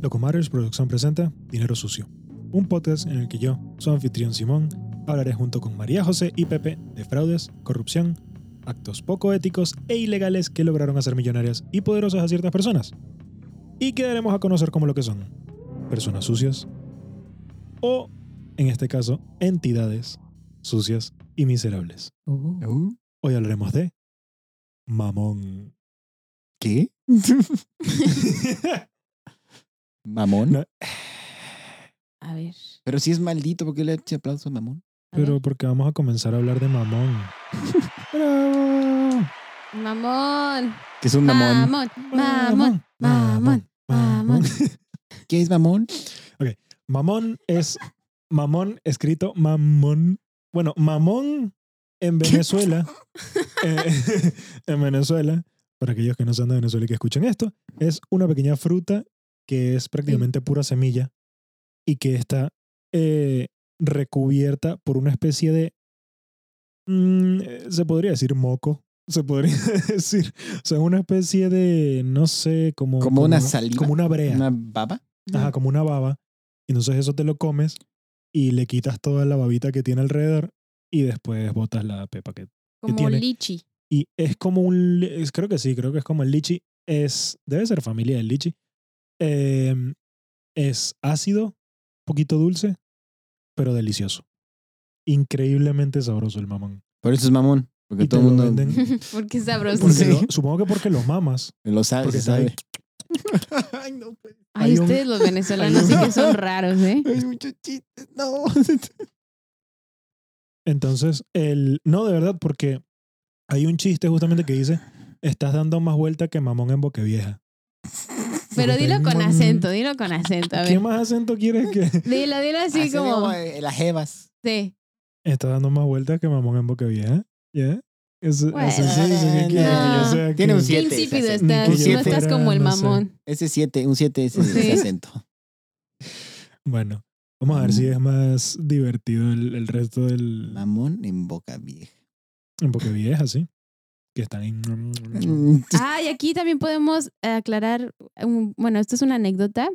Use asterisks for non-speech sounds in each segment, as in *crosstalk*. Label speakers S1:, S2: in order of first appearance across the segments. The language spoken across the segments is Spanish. S1: Locomarios Producción presenta Dinero Sucio, un podcast en el que yo, su anfitrión Simón, hablaré junto con María José y Pepe de fraudes, corrupción, actos poco éticos e ilegales que lograron hacer millonarias y poderosas a ciertas personas. Y que daremos a conocer como lo que son personas sucias o, en este caso, entidades sucias y miserables.
S2: Oh.
S1: Hoy hablaremos de mamón.
S3: ¿Qué?
S1: *laughs*
S3: ¿Mamón?
S1: No.
S2: A ver.
S3: Pero si es maldito, ¿por qué le eche aplauso a mamón?
S2: a
S1: Pero porque vamos a comenzar a hablar de mamón. ¡Bravo!
S2: ver. Mamón.
S3: ¿Qué es un mamón?
S1: Ah,
S2: Mamón. Mamón. Mamón. Mamón.
S3: ¿Qué es mamón?
S1: Mamón es mamón escrito mamón. Bueno, mamón en Venezuela. *laughs* eh, en Venezuela, para aquellos que no sean de Venezuela y que escuchen esto, es una pequeña fruta que es prácticamente pura semilla y que está eh, recubierta por una especie de. mm, eh, se podría decir moco. Se podría *laughs* decir. O sea, una especie de. No sé, como.
S3: Como una saliva.
S1: Como una brea.
S3: ¿Una baba?
S1: Ajá, como una baba. Y entonces eso te lo comes y le quitas toda la babita que tiene alrededor y después botas la pepa que...
S2: Como
S1: tiene?
S2: lichi.
S1: Y es como un... li- es- creo que sí, creo que es como el lichi. Es, debe ser familia del lichi. Em, es ácido, un poquito dulce, pero delicioso. Increíblemente sabroso el mamón.
S3: Por eso es mamón. Porque
S1: Y
S3: todo
S1: te
S3: el
S1: lo
S3: mundo
S1: venden
S3: *laughs*
S2: Porque es sabroso.
S1: porque
S3: Sí.
S1: lo- supongo que porque los mamas.
S3: lo sabe.
S1: Porque
S3: se Ah, sabe.
S1: *laughs* Ay, no,
S3: *laughs*
S1: pues. *laughs*
S2: Ay,
S1: hay un-
S2: ustedes los venezolanos sí que son raros,
S1: *laughs*
S2: ¿eh?
S3: Hay muchos chistes.
S2: *laughs*
S3: No.
S1: Entonces, el. No, de verdad, porque hay un chiste justamente que dice: Estás dando más vuelta que mamón en Boquevieja.
S2: Pero
S1: Porque
S2: dilo
S1: hay
S2: con
S1: un-
S2: acento, dilo con acento. A
S1: ¿Qué
S2: ver.
S1: más acento quieres que.? *laughs*
S2: Dilo, dilo así
S3: Así
S2: como.
S3: eh, Las jevas.
S2: Sí.
S1: Estás dando más vueltas que mamón en Boquevieja. ¿Ya? Eso, eso sí, eso que quiere
S3: Bueno,
S1: que yo sea
S3: tiene
S1: que-
S3: un
S2: Qué
S3: Siete,
S2: insípido
S3: ese-
S2: estás.
S3: un
S2: No
S3: siete.
S2: estás como el
S1: No sé.
S2: mamón.
S3: Ese 7, un 7 es ese
S2: Sí.
S3: acento.
S1: Bueno, vamos a ver si es más divertido el, el resto del.
S3: Mamón en boca vieja.
S1: En Boquevieja, sí. Que están en.
S3: Mm,
S2: Ah, y aquí también podemos aclarar, un- bueno, esto es una anécdota.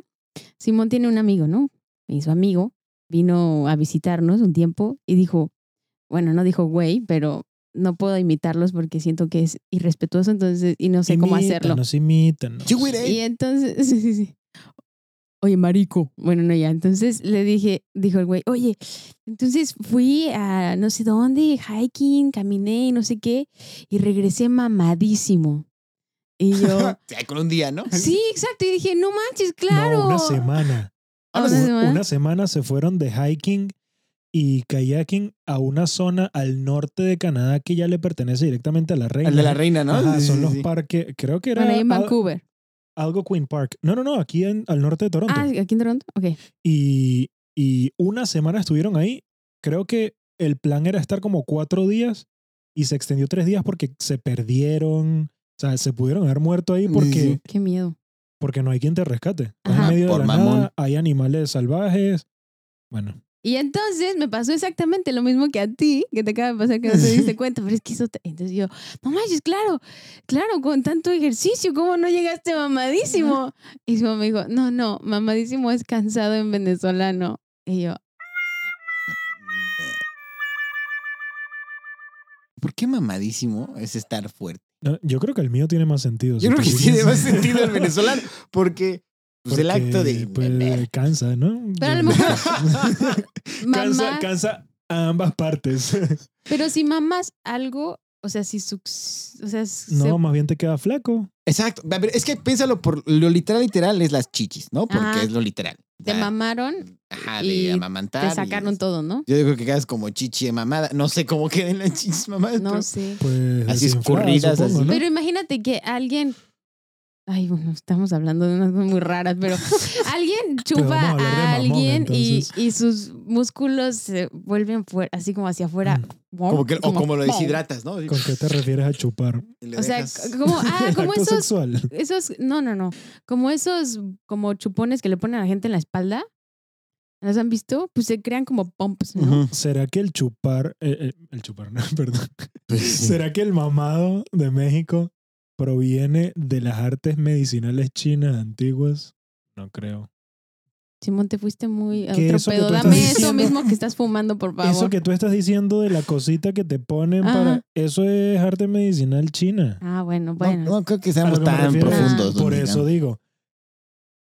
S2: Simón tiene un amigo, ¿no? Y su amigo vino a visitarnos un tiempo y dijo, bueno, no dijo güey, pero no puedo imitarlos porque siento que es irrespetuoso, entonces, y no sé cómo hacerlo.
S1: Nos imitan.
S2: Y entonces, *laughs* sí, sí, sí. Oye, marico. Bueno, no, ya. Entonces le dije, dijo el güey, oye, entonces fui a no sé dónde, hiking, caminé y no sé qué, y regresé mamadísimo. Y yo, *laughs*
S3: Con un día, ¿no?
S2: sí, exacto. Y dije, no manches, claro.
S1: No, una semana.
S2: Ah,
S1: Un-
S2: ¿una semana?
S1: se fueron de hiking y kayaking a una zona al norte de Canadá que ya le pertenece directamente a la reina.
S3: El de la reina, ¿no?
S1: Ajá,
S3: Sí,
S1: son
S3: sí,
S1: los
S3: sí.
S1: parques. Creo que era
S2: Bueno, ahí en
S1: al-
S2: Vancouver.
S1: algo Queen Park. No, no, no, aquí en, al norte de Toronto.
S2: Ah, aquí en Toronto. Ok.
S1: Y, y una semana estuvieron ahí. Creo que el plan era estar como cuatro días y se extendió tres días porque se perdieron. O sea, se pudieron haber muerto ahí
S3: Sí,
S1: porque
S3: sí.
S2: Qué miedo.
S1: porque no hay quien te rescate. Estás
S2: Ajá.
S1: en medio
S3: Por
S1: de la
S3: mamón.
S1: nada, hay animales salvajes. Bueno,
S2: Y entonces me pasó exactamente lo mismo que a ti, que te acaba de pasar que no
S1: *laughs*
S2: te diste cuenta, pero es que eso... te- Entonces yo, no manches, claro, claro, con tanto ejercicio, ¿cómo no llegaste mamadísimo? Y su mamá me dijo, no, no, mamadísimo es cansado en venezolano. Y yo,
S3: ¿Por qué mamadísimo es estar fuerte?
S1: no, yo creo que el mío tiene más sentido. si
S3: Yo creo
S1: te
S3: que
S1: fijas.
S3: tiene más sentido el
S1: *laughs*
S3: venezolano, porque pues, el
S1: Porque,
S3: acto de...
S1: Pues, cansa, ¿no?
S2: Pero a lo mejor-
S1: cansa,
S2: mamá,
S1: *laughs* cansa a ambas partes. *laughs*
S2: pero si mamas algo, o sea, si... succ- O sea, s-
S1: No,
S2: se-
S1: más bien te queda flaco.
S3: Exacto. A ver, es que piénsalo por lo literal, literal es las chichis, ¿no? Porque
S2: Ajá.
S3: es lo literal.
S2: te
S3: Ah,
S2: mamaron,
S3: Ajá,
S2: y
S3: de amamantar.
S2: te sacaron
S3: y-
S2: todo, ¿no?
S3: Yo creo que quedas como chichi de mamada. No sé cómo queden las chichis mamadas.
S2: No
S3: pero-
S2: sé.
S1: Pues
S3: Así
S1: desinflada,
S3: escurridas,
S1: supongo,
S3: así.
S1: ¿no?
S2: Pero imagínate que alguien. Ay, bueno, estamos hablando de unas cosas muy raras, pero
S1: *laughs*
S2: alguien
S1: vamos a
S2: chupa
S1: hablar de
S2: a,
S1: mamón,
S2: alguien y,
S1: entonces.
S2: y sus músculos se vuelven fuera, así como hacia afuera.
S1: Mm.
S3: Como que, o como lo deshidratas, ¿no?
S1: ¿Con qué te refieres a chupar?
S3: Y le
S2: O sea,
S3: dejas-
S2: c-
S1: *laughs*
S2: como, ah, como
S1: Acto
S2: esos,
S1: sexual.
S2: esos, no, no, no, como esos, como chupones que le ponen a la gente en la espalda. ¿Los han visto? Pues se crean como pumps, ¿no?
S3: Ujú.
S1: ¿Será que el chupar, eh, eh, el chupar, no, *laughs* perdón.
S3: Sí.
S1: ¿Será que el mamado de México proviene de las artes medicinales chinas antiguas? No creo.
S2: Simón, te fuiste muy a
S1: Que
S2: otro
S1: eso que
S2: pedo.
S1: tú
S2: Dame
S1: estás
S2: eso
S1: diciendo-
S2: mismo que estás fumando, por
S1: *laughs*
S2: favor.
S1: Eso que tú estás diciendo de la cosita que te ponen para.
S2: Ajá.
S1: Eso es arte medicinal china.
S2: Ah, bueno, bueno.
S3: No, no creo que
S1: A lo
S3: seamos
S1: que me
S3: tan
S1: refiero es-
S3: profundos.
S1: Por
S3: Dominica.
S1: eso digo.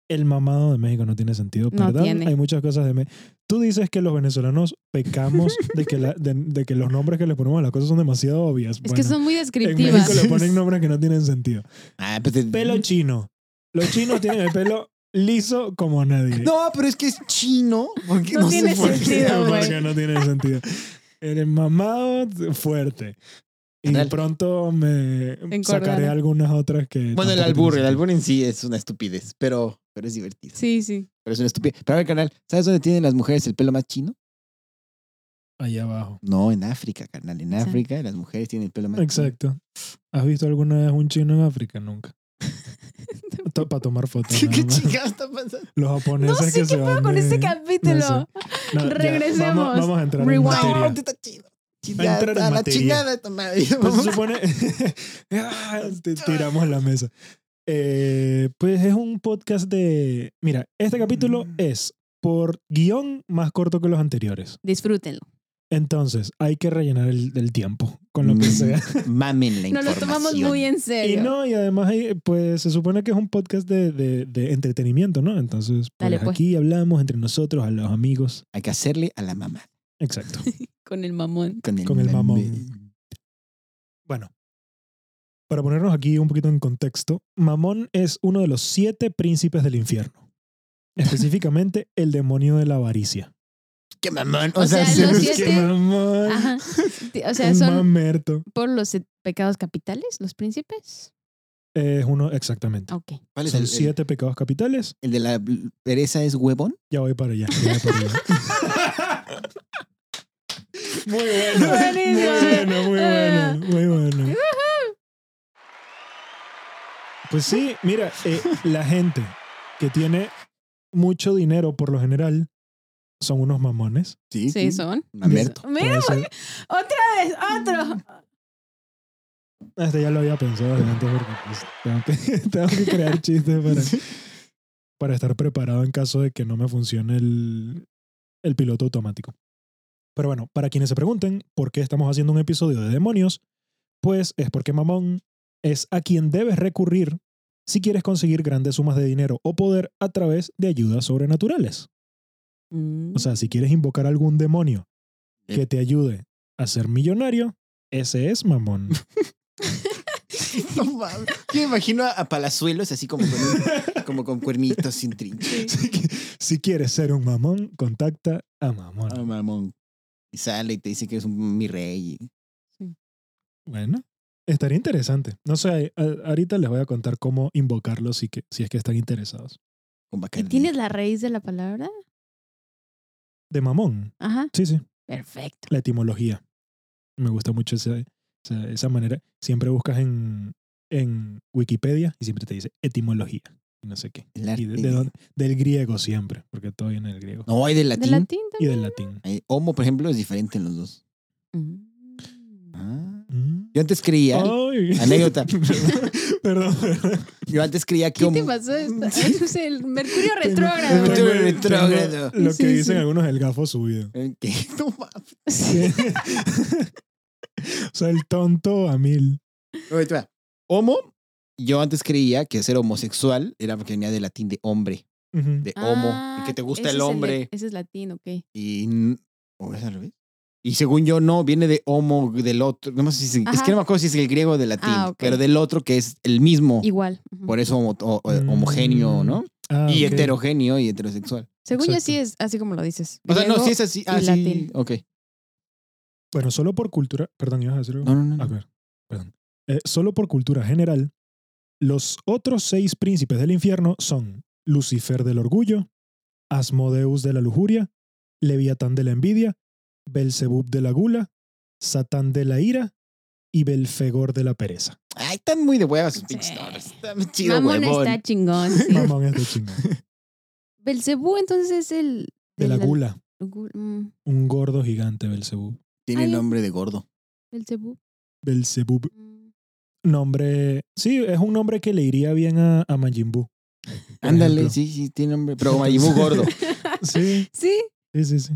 S1: El mamado de México no tiene sentido,
S2: No
S1: ¿verdad?
S2: tiene.
S1: Hay muchas cosas de México. Tú dices que los venezolanos
S2: *laughs*
S1: pecamos de que, la- de, de que los nombres que le ponemos a las cosas son demasiado obvias.
S2: es que
S1: Bueno,
S2: son muy
S1: en México
S2: descriptivas.
S1: le
S2: *laughs*
S1: ponen nombres que no tienen sentido.
S3: Ah, pues, eh,
S1: Pelo chino. Los chinos tienen el pelo liso como nadie.
S3: No, pero es que es chino. Porque
S2: No
S3: no,
S2: tiene
S3: sé por qué.
S2: sentido, güey.
S1: porque no tiene sentido. El mamado fuerte. Y
S3: Anal.
S1: pronto me
S2: Engordará.
S1: sacaré algunas otras que.
S3: Bueno, el
S1: tampoco
S3: albur, el
S1: tienen
S3: albur en sí es una estupidez, pero, pero es divertido.
S2: Sí, sí.
S3: Pero es una estupidez. Pero a ver, carnal, ¿sabes dónde tienen las mujeres el pelo más chino?
S1: sentido. Ahí abajo.
S3: No, en África, carnal. En
S2: Exacto.
S3: África las mujeres tienen el pelo más chino.
S1: Exacto. ¿Has visto alguna vez un chino en África? Nunca. Para tomar fotos. nada
S3: *laughs* *laughs* ¿Qué
S1: más.
S3: chingada está pasando?
S1: Los
S2: No
S1: japoneses
S2: sé
S1: que
S2: qué
S1: se
S2: pedo
S1: van
S2: con
S1: de-
S2: este
S1: no
S2: capítulo.
S1: No, ya,
S2: Regresemos.
S1: Vamos, vamos a entrar en
S2: Rewind.
S1: materia.
S3: No, está chido.
S1: A
S3: Chingada,
S1: entrar en
S3: a la
S1: materia.
S3: chingada esta madre.
S1: Pues se supone.
S2: *laughs*
S1: *laughs* Ah, te tiramos la mesa. Eh, pues es un podcast de. Mira, este capítulo
S2: Mm.
S1: es por guión más corto que los anteriores.
S2: Disfrútenlo.
S1: Entonces, hay que rellenar el, el tiempo con lo que
S3: Mm,
S1: sea.
S3: Mamen la
S2: Nos lo
S3: información.
S2: tomamos muy
S1: *laughs*
S2: en
S1: Y
S2: serio.
S1: no, y además, hay- pues se supone que es un podcast de, de- de entretenimiento, ¿no? Entonces, pues,
S2: Dale, pues.
S1: aquí hablamos entre nosotros, a los amigos.
S3: Hay que hacerle a la mamá.
S1: Exacto.
S2: Con el mamón.
S3: Con el,
S1: Con el mamón.
S3: mame.
S1: Bueno, para ponernos aquí un poquito en contexto, Mamón es uno de los siete príncipes del infierno. *laughs* Específicamente el demonio de la avaricia.
S3: ¡Qué mamón!
S2: O
S1: *laughs*
S2: sea,
S3: se
S2: los
S3: nos-
S1: Es que
S2: siete-
S1: mamón. *laughs*
S2: Ajá. Sí, O sea,
S1: un
S2: son
S1: mamerto.
S2: por los eh, pecados capitales, los príncipes.
S1: Es uno, exactamente.
S2: Ok.
S3: ¿Cuál es
S1: Son
S3: el- el-
S1: siete pecados capitales.
S3: ¿El de la bl- pereza es huevón?
S1: Ya voy para allá. ya voy para allá. *laughs* muy bueno.
S2: Buenísimo.
S1: Muy bueno, muy bueno, muy bueno. Pues sí, mira, eh, la gente que tiene mucho dinero por lo general son unos mamones.
S2: Sí, son.
S3: Mamerto.
S2: Mira,
S1: Puede ser.
S2: otra vez, otro.
S1: Este ya lo había pensado desde antes porque pues, tengo, que, *laughs* tengo que crear chistes para, para estar preparado en caso de que no me funcione el, el piloto automático. Pero bueno, para quienes se pregunten por qué estamos haciendo un episodio de demonios, pues es porque Mamón es a quien debes recurrir si quieres conseguir grandes sumas de dinero o poder a través de ayudas sobrenaturales. O sea, si quieres invocar algún demonio que te ayude a ser millonario, ese es Mamón.
S3: *laughs* No mames. Yo me imagino a, a Palazuelos así como con, un- como con cuernitos sin trinche.
S1: Si, qui- si quieres ser un mamón, contacta a mamón.
S3: Ah, mamón. Y sale y te dice que eres un mi rey.
S1: Bueno, estaría interesante. No sé, a- ahorita les voy a contar cómo invocarlos si, que, si es que están interesados.
S3: Con
S2: ¿Y
S3: Bacardí.
S2: tienes la raíz de la palabra?
S1: De mamón.
S2: Ajá.
S1: Sí, sí.
S2: Perfecto.
S1: La etimología. Me gusta mucho esa, esa, esa manera. Siempre buscas en, en Wikipedia y siempre te dice etimología. y No sé qué.
S3: El arte
S1: Y de- de
S3: de-
S1: dónde- del griego siempre, porque todo viene del griego.
S3: No, hay del
S2: ¿De
S3: latín.
S2: latín
S1: Y
S2: también?
S1: del latín.
S3: Hay- homo, por ejemplo, es diferente en los dos.
S2: Mm.
S3: Ah.
S1: Mm.
S3: Yo antes creía.
S1: Ay.
S3: Anécdota.
S1: *laughs* Perdón, perdón.
S3: Yo antes creía que
S2: ¿Qué te
S3: homo.
S2: pasó? Esto? *laughs* Eso es el mercurio
S1: Tengo-
S2: retrógrado. *laughs*
S3: Mercurio
S1: tengo-
S3: retrógrado.
S1: tengo Lo que
S2: Sí,
S1: dicen
S2: sí.
S1: algunos, el gafo subido.
S2: *laughs*
S3: ¿Qué? eh, *laughs* No mames.
S2: Sí.
S1: *laughs* o sea, el tonto a mil.
S3: Oye, te va. Homo, yo antes creía que ser homosexual era porque venía del latín de hombre,
S1: Ujú.
S3: de homo,
S2: Ah,
S3: y que te gusta
S2: ese
S3: el
S2: es
S3: hombre.
S2: de- ese es latín, ok.
S3: Y. n- ¿O es al revés? Y según yo, no, viene de homo, del otro. No sé si es, es
S2: Ajá.
S3: que no me acuerdo si es el griego o del latín,
S2: Ah, ok.
S3: pero del otro que es el mismo.
S2: Igual. ujú.
S3: Por eso homo- o- o- homogéneo, ¿no?
S1: Mm, Ah,
S3: Y
S1: ok.
S3: heterogéneo y heterosexual.
S2: Según yo
S1: exacto.
S2: sí es así como lo dices.
S3: O sea, no,
S2: Griego,
S3: si es así. Ah,
S2: y
S3: sí,
S2: latín.
S3: Ok.
S1: Bueno, solo por cultura. Perdón, ibas a decir algo?
S3: No, no, no.
S1: A ver, perdón. Eh, solo por cultura general, los otros seis príncipes del infierno son Lucifer del orgullo, Asmodeus de la lujuria, Leviatán de la envidia, Belzebub de la gula, Satán de la ira y Belfegor de la
S3: *laughs*
S1: pereza.
S3: Ay, están muy de huevas sus pinches
S2: Sí.
S3: nombres. Está muy chido,
S2: Mamón
S3: huevón.
S2: está
S1: *laughs*
S2: chingón. sí.
S1: Mamón este es de chingón.
S2: Belcebú entonces es el...
S1: De la
S2: del-
S1: gula,
S2: gu- mm,
S1: un gordo gigante Belzebub.
S3: Tiene
S2: Ay.
S3: nombre de gordo.
S2: Belcebú.
S1: Belzebub
S2: mm.
S1: nombre. Sí, es un nombre que le iría bien a, a Majin Buu. por
S3: Ándale,
S1: ejemplo.
S3: sí, sí, tiene nombre. Pero Majin Buu
S1: *laughs*
S3: gordo.
S1: Sí, *laughs*
S2: Sí,
S1: sí, sí. sí.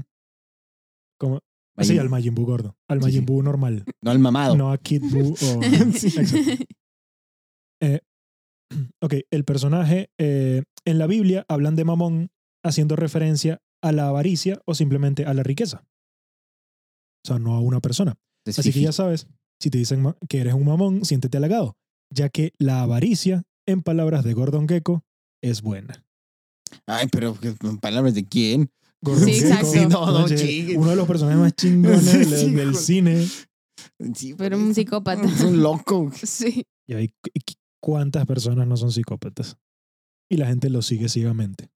S1: Como,
S3: Majin-
S1: sí, al Majin Buu gordo. Al
S3: Sí,
S1: Majin
S3: sí.
S1: Buu normal.
S3: No al mamado.
S1: No a Kid Buu o...
S2: *laughs*
S3: Sí.
S1: Exacto. Ok, el personaje eh, en la Biblia hablan de mamón haciendo referencia a la avaricia o simplemente a la riqueza. O sea, no a una persona.
S3: Es
S1: Así que
S3: fifi.
S1: ya sabes, si te dicen ma- que eres un mamón, siéntete halagado, ya que la avaricia, en palabras de Gordon Gecko, es buena.
S3: Ay, pero ¿qué- palabras de quién.
S1: Gordon
S2: Sí, exacto. Sí,
S3: no, no,
S1: oye,
S3: chingues.
S1: uno de los personajes más chingones
S3: *laughs* Sí,
S1: del,
S3: sí,
S1: del
S3: joder.
S1: cine.
S3: Sí, por
S2: pero un
S3: eso.
S1: *laughs*
S2: psicópata.
S3: Es un loco.
S2: Sí.
S1: Y hay cu- cu- cuántas personas no son psicópatas. Y la gente lo sigue ciegamente.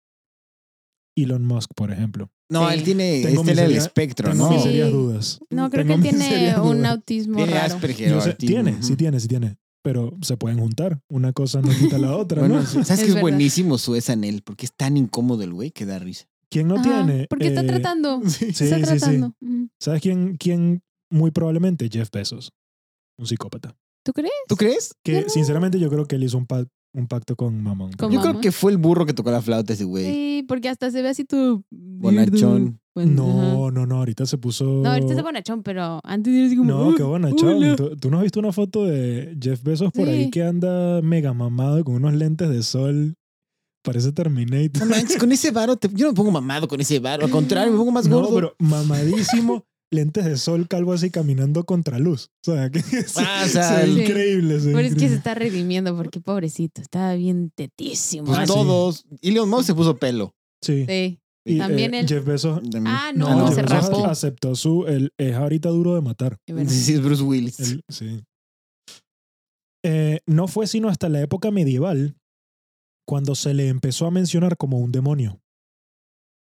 S1: Elon Musk, por ejemplo.
S3: No,
S2: Sí.
S3: él tiene.
S1: Tengo
S3: este
S1: mi
S3: era el
S1: seria-
S3: espectro,
S1: Tengo
S3: ¿no?
S1: mis
S2: Sí.
S1: serias dudas.
S2: No, creo
S1: Tengo
S2: que
S1: mis serias
S2: tiene un
S1: dudas.
S2: autismo
S3: Tiene
S2: raro.
S3: Asperger.
S1: Yo sé-
S3: autismo,
S1: tiene,
S3: ujú.
S1: sí tiene, sí tiene. Pero se pueden juntar. Una cosa no quita
S3: *laughs*
S1: la otra, ¿no?
S3: Bueno, sí. ¿sabes
S2: Es
S3: que es
S2: verdad.
S3: buenísimo su es anel? Porque es tan incómodo el güey que da risa.
S1: ¿Quién no
S2: Ajá,
S1: tiene?
S2: Porque está
S1: Eh,
S2: tratando.
S3: Sí.
S1: Sí,
S2: está
S1: sí, sí.
S2: tratando. Mm.
S1: ¿Sabes quién, quién? Muy probablemente Jeff Bezos. Un psicópata.
S2: ¿Tú crees?
S3: ¿Tú crees?
S1: Que
S2: Yo no-
S1: sinceramente yo creo que él hizo un, pa- un pacto con Mamón.
S2: Con
S3: Yo
S1: Yo-
S2: Mamón.
S3: creo que fue el burro que tocó la flauta ese güey.
S2: Sí, porque hasta se ve así tu. Pues,
S3: Bonachón.
S2: Ajá.
S1: No, no, no. Ahorita se puso.
S2: No, ahorita está bonachón, pero antes era así como.
S1: No,
S2: "Uh,
S1: qué bueno, chao.
S2: hola".
S1: ¿Tú, tú no has visto una foto de Jeff Bezos por ahí
S2: Sí.
S1: que anda mega mamado con unos lentes de sol. Parece Terminator.
S3: No manches, con ese varo, te- yo no me pongo mamado con ese varo. Al contrario, me pongo más
S1: *laughs* No,
S3: gordo.
S1: pero mamadísimo, lentes de sol, calvo así caminando contra luz. O sea, que *laughs* es,
S3: Ah, o sea,
S1: se ve
S2: Sí.
S1: increíble. se ve
S2: Pero es que se
S1: increíble.
S2: está redimiendo porque pobrecito, estaba bien tetísimo.
S3: pues
S1: Ah, sí.
S3: todos. Elon Musk se puso pelo.
S1: Sí.
S2: Sí.
S1: Y, eh,
S2: también él-
S1: Jeff Bezos.
S3: También.
S2: Ah,
S1: No,
S2: no,
S3: Ah,
S2: se
S1: Jeff Bezos
S2: rapó.
S1: aceptó su. El, es ahorita duro de matar. *laughs*
S2: Es verdad.
S3: Sí, sí, es Bruce Willis.
S1: Él- sí. Eh, no fue sino hasta la época medieval cuando se le empezó a mencionar como un demonio.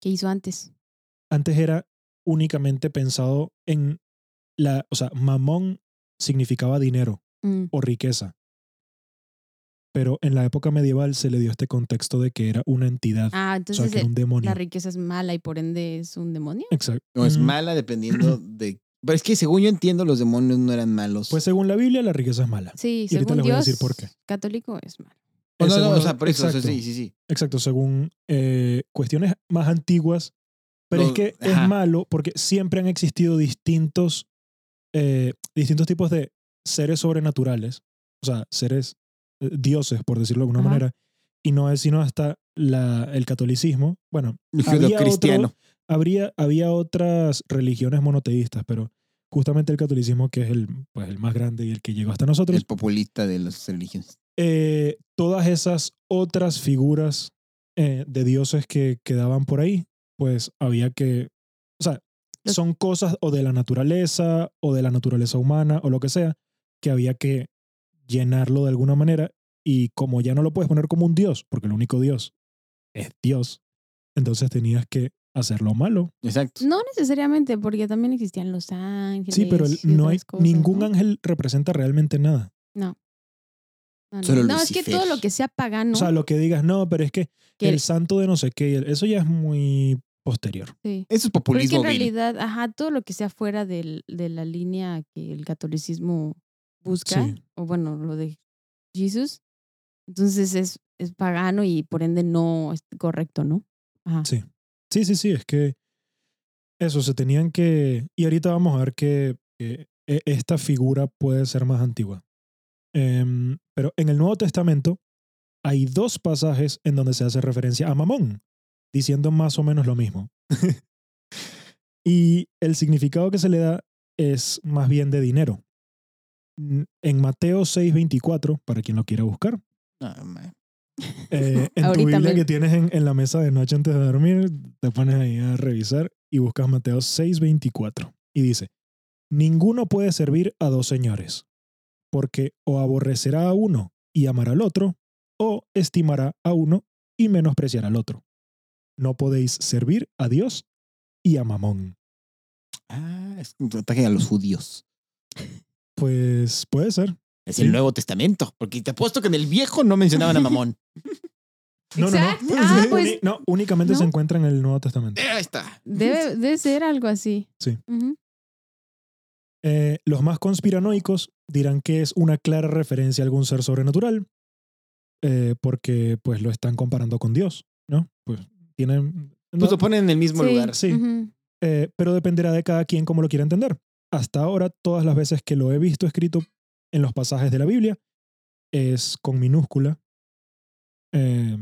S2: ¿Qué hizo antes?
S1: antes era únicamente pensado en la, o sea, mamón significaba dinero
S2: Mm.
S1: o riqueza. Pero en la época medieval se le dio este contexto de que era una entidad,
S2: Ah,
S1: o sea,
S2: entonces
S1: que era
S2: eh,
S1: un demonio.
S2: la riqueza es mala y por ende es un demonio.
S1: Exacto.
S3: No, es
S1: Mm.
S3: mala
S1: *clears throat*
S3: dependiendo de. Pero es que según yo entiendo, los demonios no eran malos.
S1: Pues según la Biblia la riqueza es mala.
S2: Sí,
S1: Y ahorita
S2: según
S1: les voy a
S2: Dios,
S1: decir por qué.
S2: católico es malo.
S3: Oh, no,
S1: Eh,
S3: no,
S1: según
S3: o
S1: lo-
S3: sea, por eso, o sea,
S1: exacto,
S3: sí, sí, sí.
S1: Exacto, según eh, cuestiones más antiguas. Pero
S3: Lo-
S1: es que
S3: ajá.
S1: es malo porque siempre han existido distintos, eh, distintos tipos de seres sobrenaturales, o sea, seres eh, dioses, por decirlo de alguna
S2: Ajá.
S1: manera, y no es sino hasta la, el catolicismo. Bueno,
S3: El
S1: Había otro-
S3: cristiano.
S1: habría, había otras religiones monoteístas, pero justamente el catolicismo, que es el, pues, el más grande y el que llegó hasta nosotros,
S3: El populista de las religiones.
S1: eh, todas esas otras figuras eh, de dioses que quedaban por ahí, pues había que, o sea,
S2: Los-
S1: son cosas o de la naturaleza o de la naturaleza humana o lo que sea, que había que llenarlo de alguna manera y como ya no lo puedes poner como un dios, porque el único dios es Dios, entonces tenías que hacerlo malo.
S3: Exacto.
S2: No necesariamente, porque también existían los ángeles.
S1: Sí, pero el-
S2: y
S1: no hay
S2: otras cosas,
S1: ningún
S2: ¿no?
S1: ángel representa realmente nada.
S2: No, no.
S3: Solo
S2: No, es que
S3: Lucifer.
S2: todo lo que sea pagano.
S1: O sea, lo que digas, no, pero es que
S2: que-
S1: el santo de no sé qué, el- eso ya es muy posterior.
S2: sí.
S3: Eso
S2: Pero es que
S3: es populismo.
S2: en
S3: vil.
S2: realidad, ajá, todo lo que sea fuera del- de la línea que el catolicismo busca,
S1: Sí.
S2: o bueno, lo de Jesús, entonces es, es pagano y por ende no es correcto, ¿no? Ajá.
S1: Sí. Sí, sí, sí, es que eso, se tenían que... Y ahorita vamos a ver que, que e- esta figura puede ser más antigua. Em, pero en el Nuevo Testamento hay dos pasajes en donde se hace referencia a Mamón, diciendo más o menos lo mismo. *laughs* y el significado que se le da es más bien de dinero. N- En Mateo 6:24, para quien lo quiera buscar,
S3: No, man.
S1: Eh, en tu
S2: Ahorita
S1: Biblia
S2: mismo.
S1: que tienes en, en la mesa de noche antes de dormir, te pones ahí a revisar y buscas Mateo 6:24 y dice, ninguno puede servir a dos señores, porque o aborrecerá a uno y amará al otro, o estimará a uno y menospreciará al otro. No podéis servir a Dios y a Mamón.
S3: Ah, es un ataque a los judíos.
S1: Pues puede ser.
S3: Es
S1: Sí.
S3: el Nuevo Testamento. Porque te apuesto que en el viejo no mencionaban a
S2: *laughs*
S3: Mamón.
S1: No, no, no.
S2: Exacto. Ah,
S1: Sí,
S2: pues-
S1: uni- no, únicamente
S2: ¿No?
S1: se encuentra en el Nuevo Testamento.
S3: Ahí está. *laughs*
S2: Debe, debe ser algo así.
S1: Sí.
S2: Ujú.
S1: Eh, los más conspiranoicos dirán que es una clara referencia a algún ser sobrenatural. eh, porque pues lo están comparando con Dios, ¿no? Pues tienen...
S3: Pues lo ponen en el mismo lugar.
S1: sí.
S2: ujú.
S1: Eh, pero dependerá de cada quien cómo lo quiera entender. Hasta ahora, todas las veces que lo he visto escrito en los pasajes de la Biblia, es con minúscula, eh,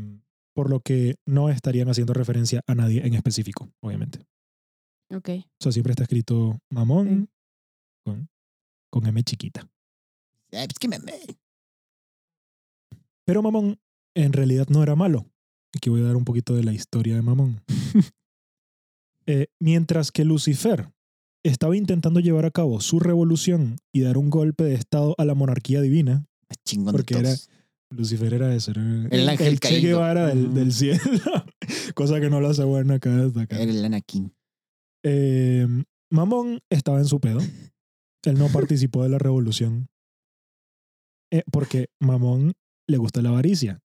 S1: por lo que no estarían haciendo referencia a nadie en específico, obviamente.
S2: Ok.
S1: O sea, siempre está escrito mamón con, con M chiquita.
S3: Ay, pues que me-
S1: Pero mamón en realidad no era malo. Aquí voy a dar un poquito de la historia de
S3: *laughs*
S1: mamón. Eh, mientras que Lucifer estaba intentando llevar a cabo su revolución y dar un golpe de estado a la monarquía divina,
S3: Chingón.
S1: Porque era- Lucifer era eso, era
S3: El ángel
S1: el Che
S3: caído.
S1: Guevara del, del cielo, *laughs* cosa que no lo hace bueno acá hasta acá.
S3: Era el Anakin.
S1: Eh, Mamón estaba en su pedo. Él no participó de la revolución. Eh, porque Mamón le gusta la avaricia.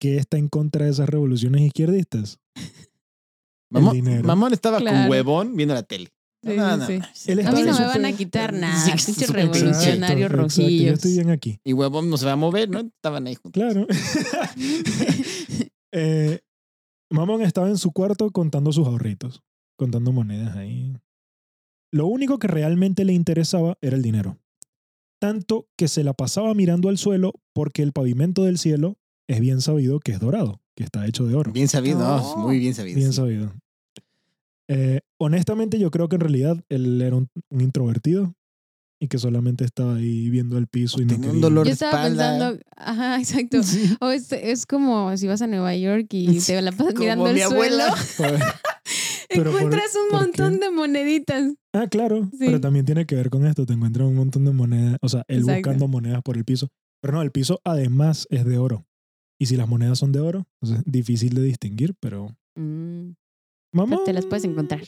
S1: que está en contra de esas revoluciones izquierdistas?
S3: Mamón,
S1: dinero.
S3: Mamón estaba con
S2: Claro.
S3: huevón viendo la tele.
S2: Sí,
S3: No,
S2: sí,
S3: no,
S2: sí.
S3: mames.
S1: Él
S2: A mí
S1: estaba
S2: no
S1: en
S2: me
S1: su
S2: van
S1: pe-
S2: a quitar nada.
S3: Sí,
S2: pinches
S3: exacto,
S2: revolucionarios
S1: Exacto, exacto. Yo
S2: rojillos.
S1: estoy bien aquí.
S3: Y huevón no se va a mover, ¿no? Estaban ahí juntos. *laughs*
S1: Claro. Eh, Mamón estaba en su cuarto contando sus ahorritos, contando monedas ahí. Lo único que realmente le interesaba era el dinero. Tanto que se la pasaba mirando al suelo porque el pavimento del cielo es bien sabido que es dorado, que está hecho de oro. Bien,
S3: Bien sabido, no,
S2: No.
S3: muy bien sabido. sí.
S1: sabido. Eh, honestamente yo creo que en realidad él era un, un introvertido y que solamente estaba ahí viendo al piso y no
S3: Tenía un
S1: quería-
S3: dolor
S2: Yo
S3: de
S2: estaba
S3: espalda. Mm.
S2: pensando, ajá, exacto.
S3: *laughs* Sí.
S2: O es, es como si vas a Nueva York
S3: *laughs*
S2: y te la pasas
S3: Como
S2: mirando el
S3: mi abuela.
S2: suelo,
S1: *laughs*
S2: *laughs*
S1: Pero por-
S2: encuentras un
S1: ¿por qué?
S2: montón de moneditas.
S1: Ah, claro.
S2: Sí.
S1: Pero también tiene que ver con esto. Te encuentran un montón de monedas. O sea, él
S2: Exacto.
S1: buscando monedas por el piso. Pero no, el piso además es de oro. Y si las monedas son de oro, entonces es difícil de distinguir, pero...
S2: Mm,
S1: Mamón,
S2: pero te las puedes encontrar.
S3: Mm.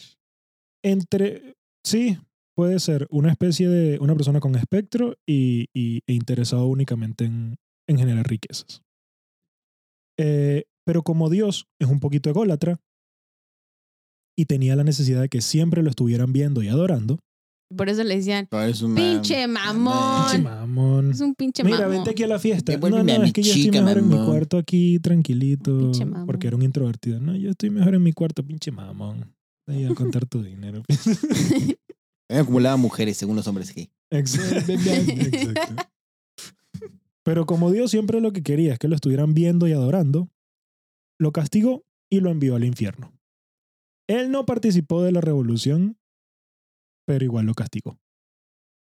S1: Entre... Sí, puede ser una especie de... Una persona con espectro y, y- e interesado únicamente en, en generar riquezas. Eh, pero como Dios es un poquito ególatra y tenía la necesidad de que siempre lo estuvieran viendo y adorando,
S2: Por eso le decían,
S3: Pero es un
S2: Pinche
S3: mam-
S2: mamón.
S1: Pinche mamón.
S2: es un pinche
S1: Mm. Mira,
S2: mamón.
S1: vente aquí a la fiesta. No,
S3: Devuélveme
S1: no,
S3: a mi
S1: es que yo estoy
S3: chica,
S1: mejor en mi
S3: mamón.
S1: cuarto aquí tranquilito.
S2: Pinche mamón.
S1: Porque era un introvertido. No, yo estoy mejor en mi cuarto, pinche mamón. Ahí a contar tu dinero. *laughs*
S3: Habían acumulado mujeres, según los hombres que.
S1: Exacto. *laughs* Exacto. Pero como Dios siempre lo que quería es que lo estuvieran viendo y adorando, lo castigó y lo envió al infierno. Él no participó de la revolución, pero igual lo castigó.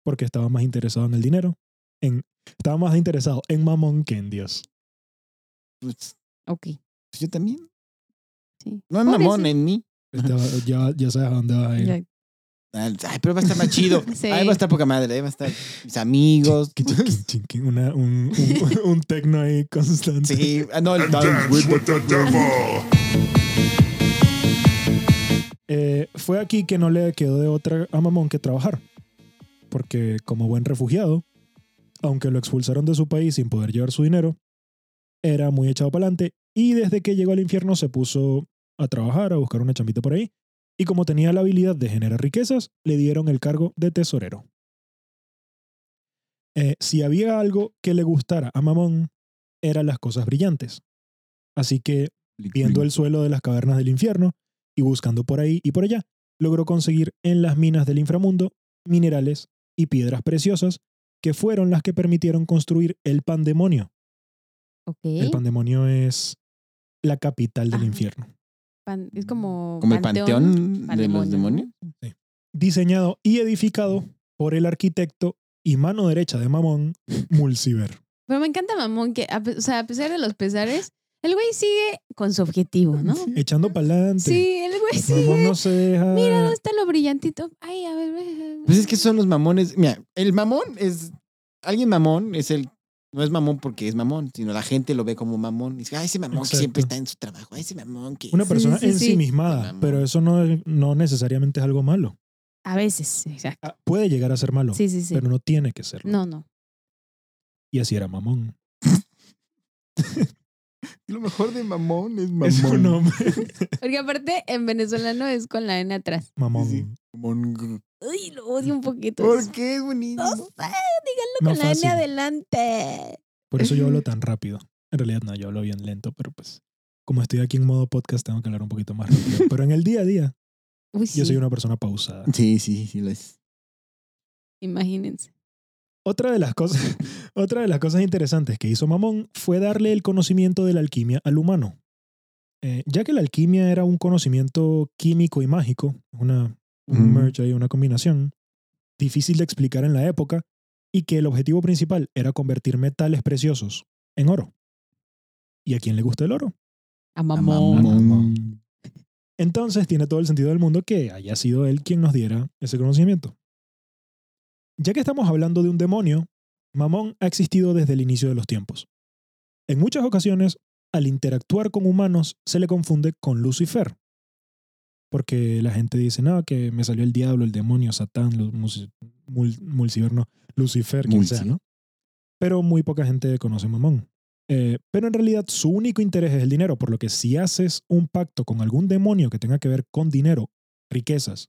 S1: Porque estaba más interesado en el dinero. En, estaba más interesado en mamón que en Dios.
S3: Pues,
S2: *laughs* ok,
S3: pues yo también.
S2: sí.
S3: No es
S2: Pobrecito.
S3: mamón en mí.
S1: Estaba- ya, ya sabes a dónde vas a ir.
S2: Ya.
S3: Ay, pero va a estar más chido.
S2: Sí.
S3: Ahí va a estar poca madre. Ahí va a estar mis amigos.
S1: Chin, chin, chin, chin, una- un, un, *laughs* un tecno ahí constante.
S3: Sí. Ah, no, el
S4: and dance with the devil.
S1: Eh, fue aquí que no le quedó de otra a Mamón que trabajar. Porque como buen refugiado, aunque lo expulsaron de su país sin poder llevar su dinero, era muy echado para adelante y desde que llegó al infierno se puso a trabajar, a buscar una chambita por ahí. Y como tenía la habilidad de generar riquezas, le dieron el cargo de tesorero. Eh, si había algo que le gustara a Mamón, eran las cosas brillantes. Así que viendo el suelo de las cavernas del infierno y buscando por ahí y por allá, logró conseguir en las minas del inframundo minerales y piedras preciosas que fueron las que permitieron construir el pandemonio.
S2: Ok. Ah,
S1: El pandemonio es la capital del
S2: Ajá.
S1: infierno.
S2: Pan- es como.
S3: Como el panteón de los
S2: pandemonio.
S3: demonios.
S1: Diseñado y edificado por el arquitecto y mano derecha de Mamón, Mulciber.
S2: Pero me encanta Mamón que, a pe- o sea, a pesar de los pesares, el güey sigue con su objetivo, ¿no? Sí,
S1: Echando pa'lante.
S2: el güey
S1: Mamón
S2: sigue.
S1: no se deja.
S2: Mira, ¿dónde está lo brillantito? Ay, a ver. eh,
S3: Pues es que son los mamones. Mira, el mamón es. Alguien mamón es el. No es mamón porque es mamón, sino la gente lo ve como mamón. Y dice, ah, ese mamón que
S1: Exacto.
S3: siempre está en su trabajo. Ah, ese mamón que.
S1: Una
S2: Sí,
S1: persona
S2: sí, sí.
S1: ensimismada,
S3: Mamón.
S1: pero eso no, es- no necesariamente es algo malo.
S2: A veces, exacto.
S1: Ah, Puede llegar a ser malo,
S2: Sí, sí, sí.
S1: pero no tiene que serlo.
S2: No, no.
S1: Y así era mamón.
S3: Lo mejor de mamón *laughs* es
S1: Es un nombre.
S2: Porque aparte, en venezolano es con la N atrás.
S1: Mamón.
S3: Sí, sí. Mamón.
S2: Uy, lo odio un poquito.
S3: ¿Por qué es bonito?
S2: No sé, díganlo
S1: No
S2: con la N
S1: fácil.
S2: adelante.
S1: Por eso yo hablo tan rápido. En realidad no, yo hablo bien lento, pero pues como estoy aquí en modo podcast tengo que hablar un poquito más
S3: *laughs*
S1: rápido. Pero en el día a día yo
S2: Uy, sí,
S1: soy una persona pausada.
S3: Sí, sí, sí lo es.
S2: imagínense.
S1: Otra de las cosas, otra de las cosas interesantes que hizo Mamón fue darle el conocimiento de la alquimia al humano. Eh, ya que la alquimia era un conocimiento químico y mágico, una, un
S3: Mm.
S1: merge ahí, una combinación, difícil de explicar en la época, y que el objetivo principal era convertir metales preciosos en oro. ¿Y a quién le gusta el oro?
S2: A
S3: A
S2: mamón.
S3: mamón.
S1: Entonces tiene todo el sentido del mundo que haya sido él quien nos diera ese conocimiento. Ya que estamos hablando de un demonio, Mamón ha existido desde el inicio de los tiempos. En muchas ocasiones, al interactuar con humanos, se le confunde con Lucifer. Porque la gente dice, no, que me salió el diablo, el demonio, Satán, lu- musi- mul- mulciber, no, Lucifer, quien sea,
S3: Mulci.
S1: ¿no? Pero muy poca gente conoce a Mamón. Eh, pero en realidad su único interés es el dinero, por lo que si haces un pacto con algún demonio que tenga que ver con dinero, riquezas,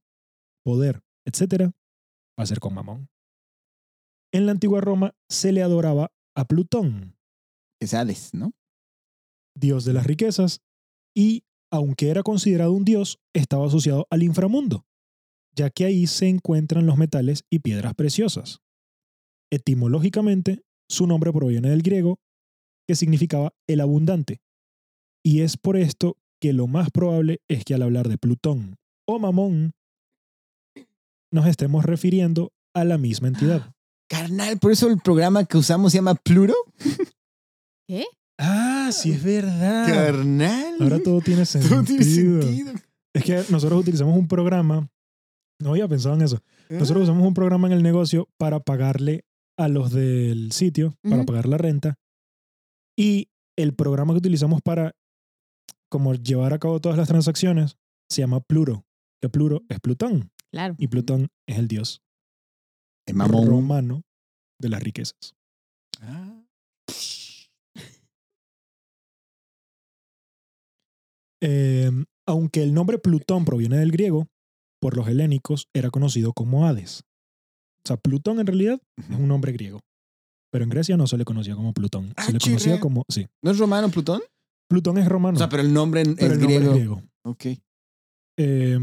S1: poder, etcétera, va a ser con Mamón. En la antigua Roma se le adoraba a Plutón,
S3: Es Hades, ¿no?
S1: dios de las riquezas, y, aunque era considerado un dios, estaba asociado al inframundo, ya que ahí se encuentran los metales y piedras preciosas. Etimológicamente, su nombre proviene del griego, que significaba el abundante, y es por esto que lo más probable es que al hablar de Plutón o Mamón, nos estemos refiriendo a la misma entidad.
S3: Carnal, por eso el programa que usamos se llama Pluro.
S2: ¿Qué?
S1: Ah, sí es verdad.
S3: Carnal.
S1: Ahora todo tiene
S3: *laughs* Todo tiene sentido.
S1: Es que nosotros utilizamos un programa, no había pensado en eso,
S3: Ah.
S1: nosotros usamos un programa en el negocio para pagarle a los del sitio, para
S2: Ujú.
S1: pagar la renta, y el programa que utilizamos para como llevar a cabo todas las transacciones se llama Pluro, que Pluro es Plutón,
S2: Claro.
S1: y Plutón es el dios
S3: Es Eh, mamón.
S1: romano de las riquezas.
S3: Ah.
S1: Eh, aunque el nombre Plutón proviene del griego, por los helénicos era conocido como Hades. O sea, Plutón en realidad es un nombre griego. Pero en Grecia no se le conocía como Plutón. Se
S3: Ah,
S1: le conocía
S3: chirre.
S1: como. Sí.
S3: ¿No es romano Plutón?
S1: Plutón es romano.
S3: O sea, pero el nombre en-
S1: pero el
S3: es
S1: nombre
S3: griego.
S1: es griego.
S3: Ok.
S1: Eh,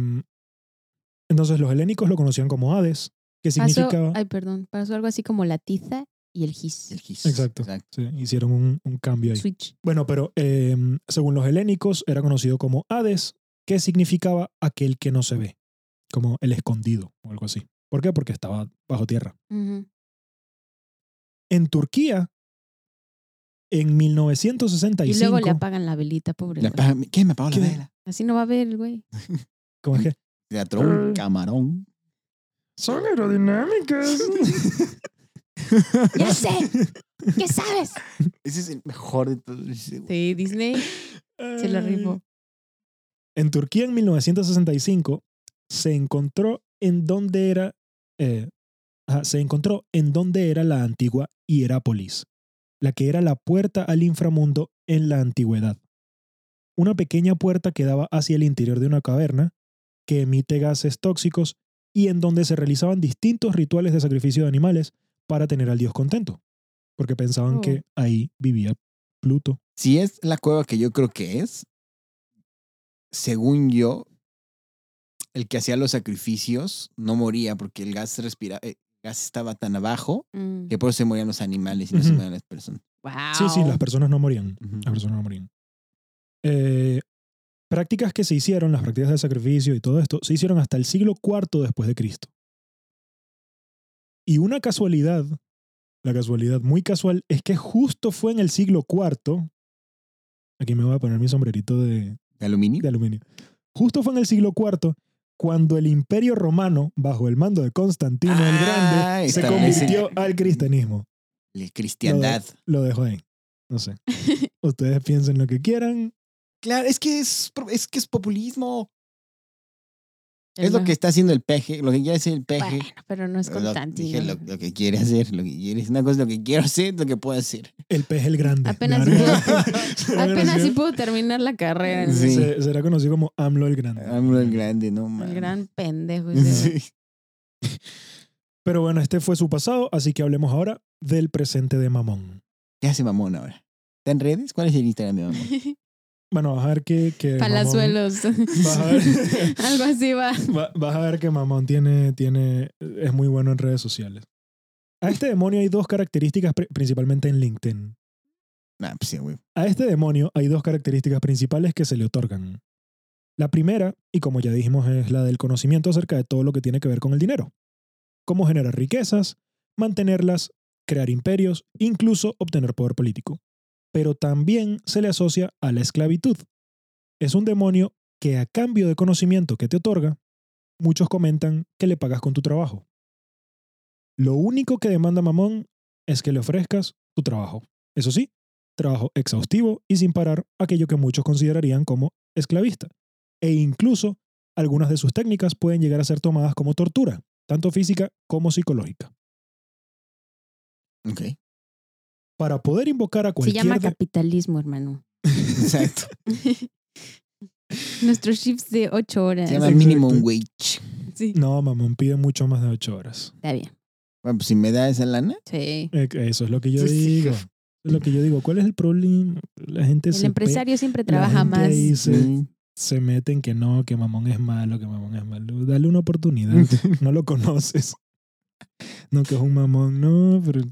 S1: entonces, los helénicos lo conocían como Hades, que
S2: Pasó,
S1: significaba.
S2: ay, perdón, pasó algo así como la tiza y el gis.
S3: El gis.
S1: Exacto. Sí, hicieron un, un cambio ahí.
S2: Switch.
S1: Bueno, pero eh, según los helénicos era conocido como Hades, que significaba aquel que no se ve, como el escondido o algo así. ¿Por qué? Porque estaba bajo tierra.
S2: Ujú.
S1: En Turquía, en
S2: Y luego
S1: 1965,
S2: le apagan la velita, pobre.
S3: La-
S2: güey.
S3: ah, ¿Qué me apagó la
S1: ¿Qué?
S3: vela?
S2: Así no va a ver el güey.
S1: ¿cómo es que?
S3: Le atró un
S2: Mm.
S3: camarón.
S1: Son aerodinámicas.
S2: *laughs*
S1: *laughs*
S2: ¡Ya sé! ¿Qué sabes?
S3: Ese es el mejor de todos. ese, güey.
S2: Sí, Disney se la rifó.
S1: En Turquía, en 1965, se encontró en donde era, eh, ajá, se encontró en donde era la antigua Hierápolis, la que era la puerta al inframundo en la antigüedad. Una pequeña puerta que daba hacia el interior de una caverna que emite gases tóxicos y en donde se realizaban distintos rituales de sacrificio de animales para tener al dios contento, porque pensaban
S2: Oh.
S1: que ahí vivía Pluto.
S3: Si es la cueva que yo creo que es, según yo, el que hacía los sacrificios no moría porque el gas respira, eh, el gas estaba tan abajo
S2: Mm.
S3: que por eso se morían los animales y no se
S1: Ujú.
S3: morían las personas.
S2: Wow.
S1: Sí, sí, las personas no morían.
S3: Ujú.
S1: Las personas no morían. Eh, prácticas que se hicieron, las prácticas de sacrificio y todo esto, se hicieron hasta el siglo IV después de Cristo. Y una casualidad, la casualidad muy casual, es que justo fue en el siglo IV, aquí me voy a poner mi sombrerito de,
S3: ¿De aluminio?
S1: de aluminio, justo fue en el siglo IV cuando el imperio romano, bajo el mando de Constantino el
S3: Ah,
S1: Grande, se
S3: establece-
S1: convirtió al cristianismo
S3: La cristiandad.
S1: lo dejo ahí. No sé.
S2: *laughs*
S1: Ustedes piensen lo que quieran.
S3: Claro, es que es, pro- es que es populismo.
S2: El
S3: es lo
S2: ma-
S3: que está haciendo el peje, lo que quiere hacer el peje.
S2: Bueno, pero no es
S3: Lo- dije
S2: Constantino.
S3: lo, lo que quiere hacer, lo que quiere. Es una cosa lo que quiero hacer, lo que puedo hacer.
S1: El pez el grande.
S2: Apenas
S1: Claro.
S2: puedo-
S1: *laughs* Será
S2: Apenas si
S1: conocido-
S2: pudo terminar la carrera. ¿no?
S3: Sí.
S1: se- será conocido como AMLO el grande.
S3: AMLO el grande, no mames.
S2: El gran pendejo. ese güey.
S3: *laughs* Sí.
S1: Pero bueno, este fue su pasado, así que hablemos ahora del presente de Mamón.
S3: ¿Qué hace mamón ahora? ¿Está en redes? ¿Cuál es el Instagram, mi mamá? *laughs*
S1: Bueno, vas a ver que. que
S2: Palazuelos.
S1: Mamón- vas a ver-
S2: *laughs* Algo así va.
S1: va- vas a ver que Mamón tiene, tiene, es muy bueno en redes sociales. A este demonio hay dos características, pri- principalmente en LinkedIn.
S3: Nah, pues sí, güey.
S1: A este demonio hay dos características principales que se le otorgan. La primera, y como ya dijimos, es la del conocimiento acerca de todo lo que tiene que ver con el dinero. Cómo generar riquezas, mantenerlas, crear imperios, incluso obtener poder político. Pero también se le asocia a la esclavitud. Es un demonio que a cambio de conocimiento que te otorga, muchos comentan que le pagas con tu trabajo. Lo único que demanda Mamón es que le ofrezcas tu trabajo. Eso sí, trabajo exhaustivo y sin parar aquello que muchos considerarían como esclavista. E incluso algunas de sus técnicas pueden llegar a ser tomadas como tortura, tanto física como psicológica.
S3: Ok.
S1: *laughs* Para poder invocar a
S2: Se
S1: cualquier...
S2: llama
S1: de-
S2: capitalismo, hermano.
S1: *laughs*
S3: Exacto.
S2: *laughs* Nuestros shifts de ocho horas.
S3: Se llama
S1: Exacto.
S3: minimum wage.
S2: Sí.
S1: No, mamón, pide mucho más de ocho horas.
S2: Está bien.
S3: Bueno, pues si me da esa lana,
S2: Sí.
S1: Eh, Eso es lo que yo
S3: Sí, sí.
S1: digo. Eso Es lo que yo digo. ¿Cuál es el problema? La gente
S2: El
S1: se pe-
S2: empresario siempre
S1: la
S2: trabaja
S1: gente
S2: más.
S1: ahí se,
S3: mm,
S1: se mete en que no, que mamón es malo, que mamón es malo. Dale una oportunidad.
S2: *laughs*
S1: no lo conoces. No, que es un mamón. No, pero Bueno,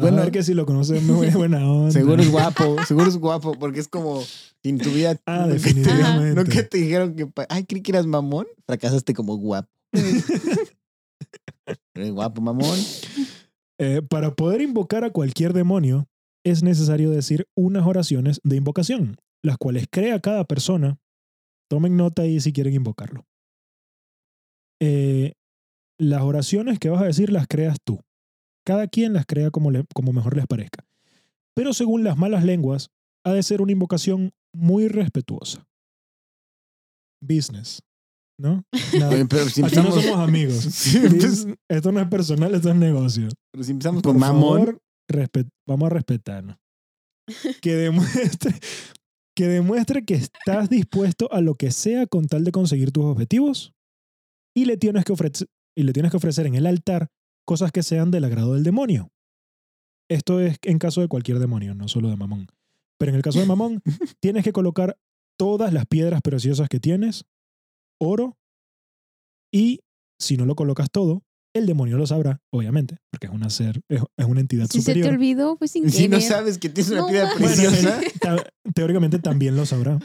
S3: Bueno,
S1: a ver que si lo conoces me voy a
S3: *laughs*
S1: buena onda.
S3: seguro es guapo,
S1: *laughs*
S3: seguro es guapo, porque es como en tu vida.
S1: Ah,
S3: lo que te-
S1: definitivamente.
S3: *laughs* Lo que te dijeron que. pa- Ay, creí que eras mamón. Fracasaste
S1: *laughs*
S3: como guapo. Eres guapo, mamón.
S1: Eh, para poder invocar a cualquier demonio, es necesario decir unas oraciones de invocación, las cuales crea cada persona. Tomen nota ahí si quieren invocarlo. Eh, las oraciones que vas a decir las creas tú. Cada quien las crea como, le- como mejor les parezca. Pero según las malas lenguas, ha de ser una invocación muy respetuosa. Business.
S3: *laughs*
S1: ¿No? Nada-
S3: Oye, pero si
S1: Ah, Aquí no
S3: empezamos,
S1: somos amigos.
S3: *laughs* Sí, pues,
S1: Dis- *laughs* esto no es personal, esto es negocio.
S3: pero si empezamos
S1: Por
S3: con mamón.
S1: favor, respet- vamos a
S3: *laughs*
S1: respetarnos. Que demuestre, que demuestre que estás dispuesto a lo que sea con tal de conseguir tus objetivos y le tienes que ofrecer, y le tienes que ofrecer en el altar cosas que sean del agrado del demonio. Esto es en caso de cualquier demonio, no solo de mamón. Pero en el caso de
S3: *laughs*
S1: mamón, tienes que colocar todas las piedras preciosas que tienes, oro, y si no lo colocas todo, el demonio lo sabrá, obviamente, porque es una ser, es, es una entidad
S2: Si se te
S1: superior.
S2: olvidó, pues sin
S3: Si no
S2: querer.
S3: sabes que tienes una
S2: No
S3: piedra
S1: *laughs*
S2: mames.
S3: preciosa.
S1: Bueno, ta- teóricamente también lo sabrá.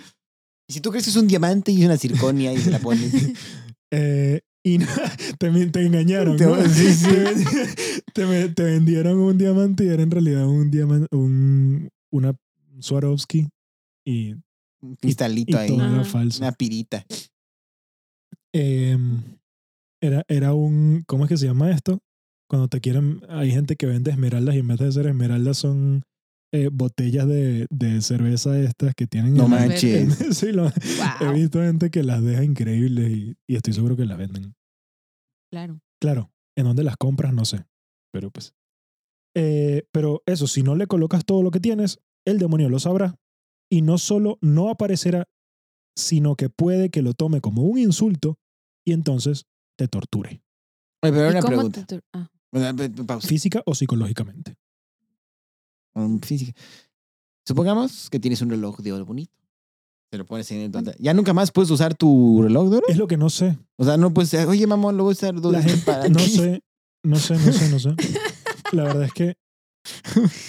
S3: Y si tú crees que es un diamante y es una circonia y se la pones.
S1: Eh, y no- *laughs* también te engañaron.
S3: Te-
S1: ¿no?
S3: sí, sí.
S1: Te ven- Te, ve- *laughs* te vendieron un diamante y era en realidad un diamante, un, una Swarovski y,
S3: Un
S1: y
S3: cristalito ahí.
S1: todo era
S2: Ajá.
S1: falso.
S3: Una pirita.
S1: Em, era, era un, ¿cómo es que se llama esto? Cuando te quieren, hay gente que vende esmeraldas y en vez de ser esmeraldas son eh, botellas de, de cerveza estas que tienen...
S3: No
S1: el-
S3: manches.
S1: *laughs* Sí, lo- he
S2: Wow.
S1: visto gente que las deja increíbles y, y estoy seguro que las venden.
S2: Claro.
S1: Claro, en dónde las compras no sé, pero pues... Eh, pero eso, si no le colocas todo lo que tienes, el demonio lo sabrá y no solo no aparecerá, sino que puede que lo tome como un insulto y entonces te torture.
S3: Oye, pero
S2: ¿Y
S3: una
S2: cómo
S3: pregunta.
S2: te- ah.
S3: Bueno, pa- pa- pausa.
S1: física o psicológicamente.
S3: Um, física. Supongamos que tienes un reloj de oro bonito. Te lo pones en el planta. Ya nunca más puedes usar tu reloj de oro.
S1: Es lo que no sé.
S3: O sea, no puedes. Oye, mamón, lo voy a usar dos
S1: La
S3: veces para.
S1: No
S3: aquí". *laughs*
S1: sé, no sé, no sé, no sé. La verdad es que.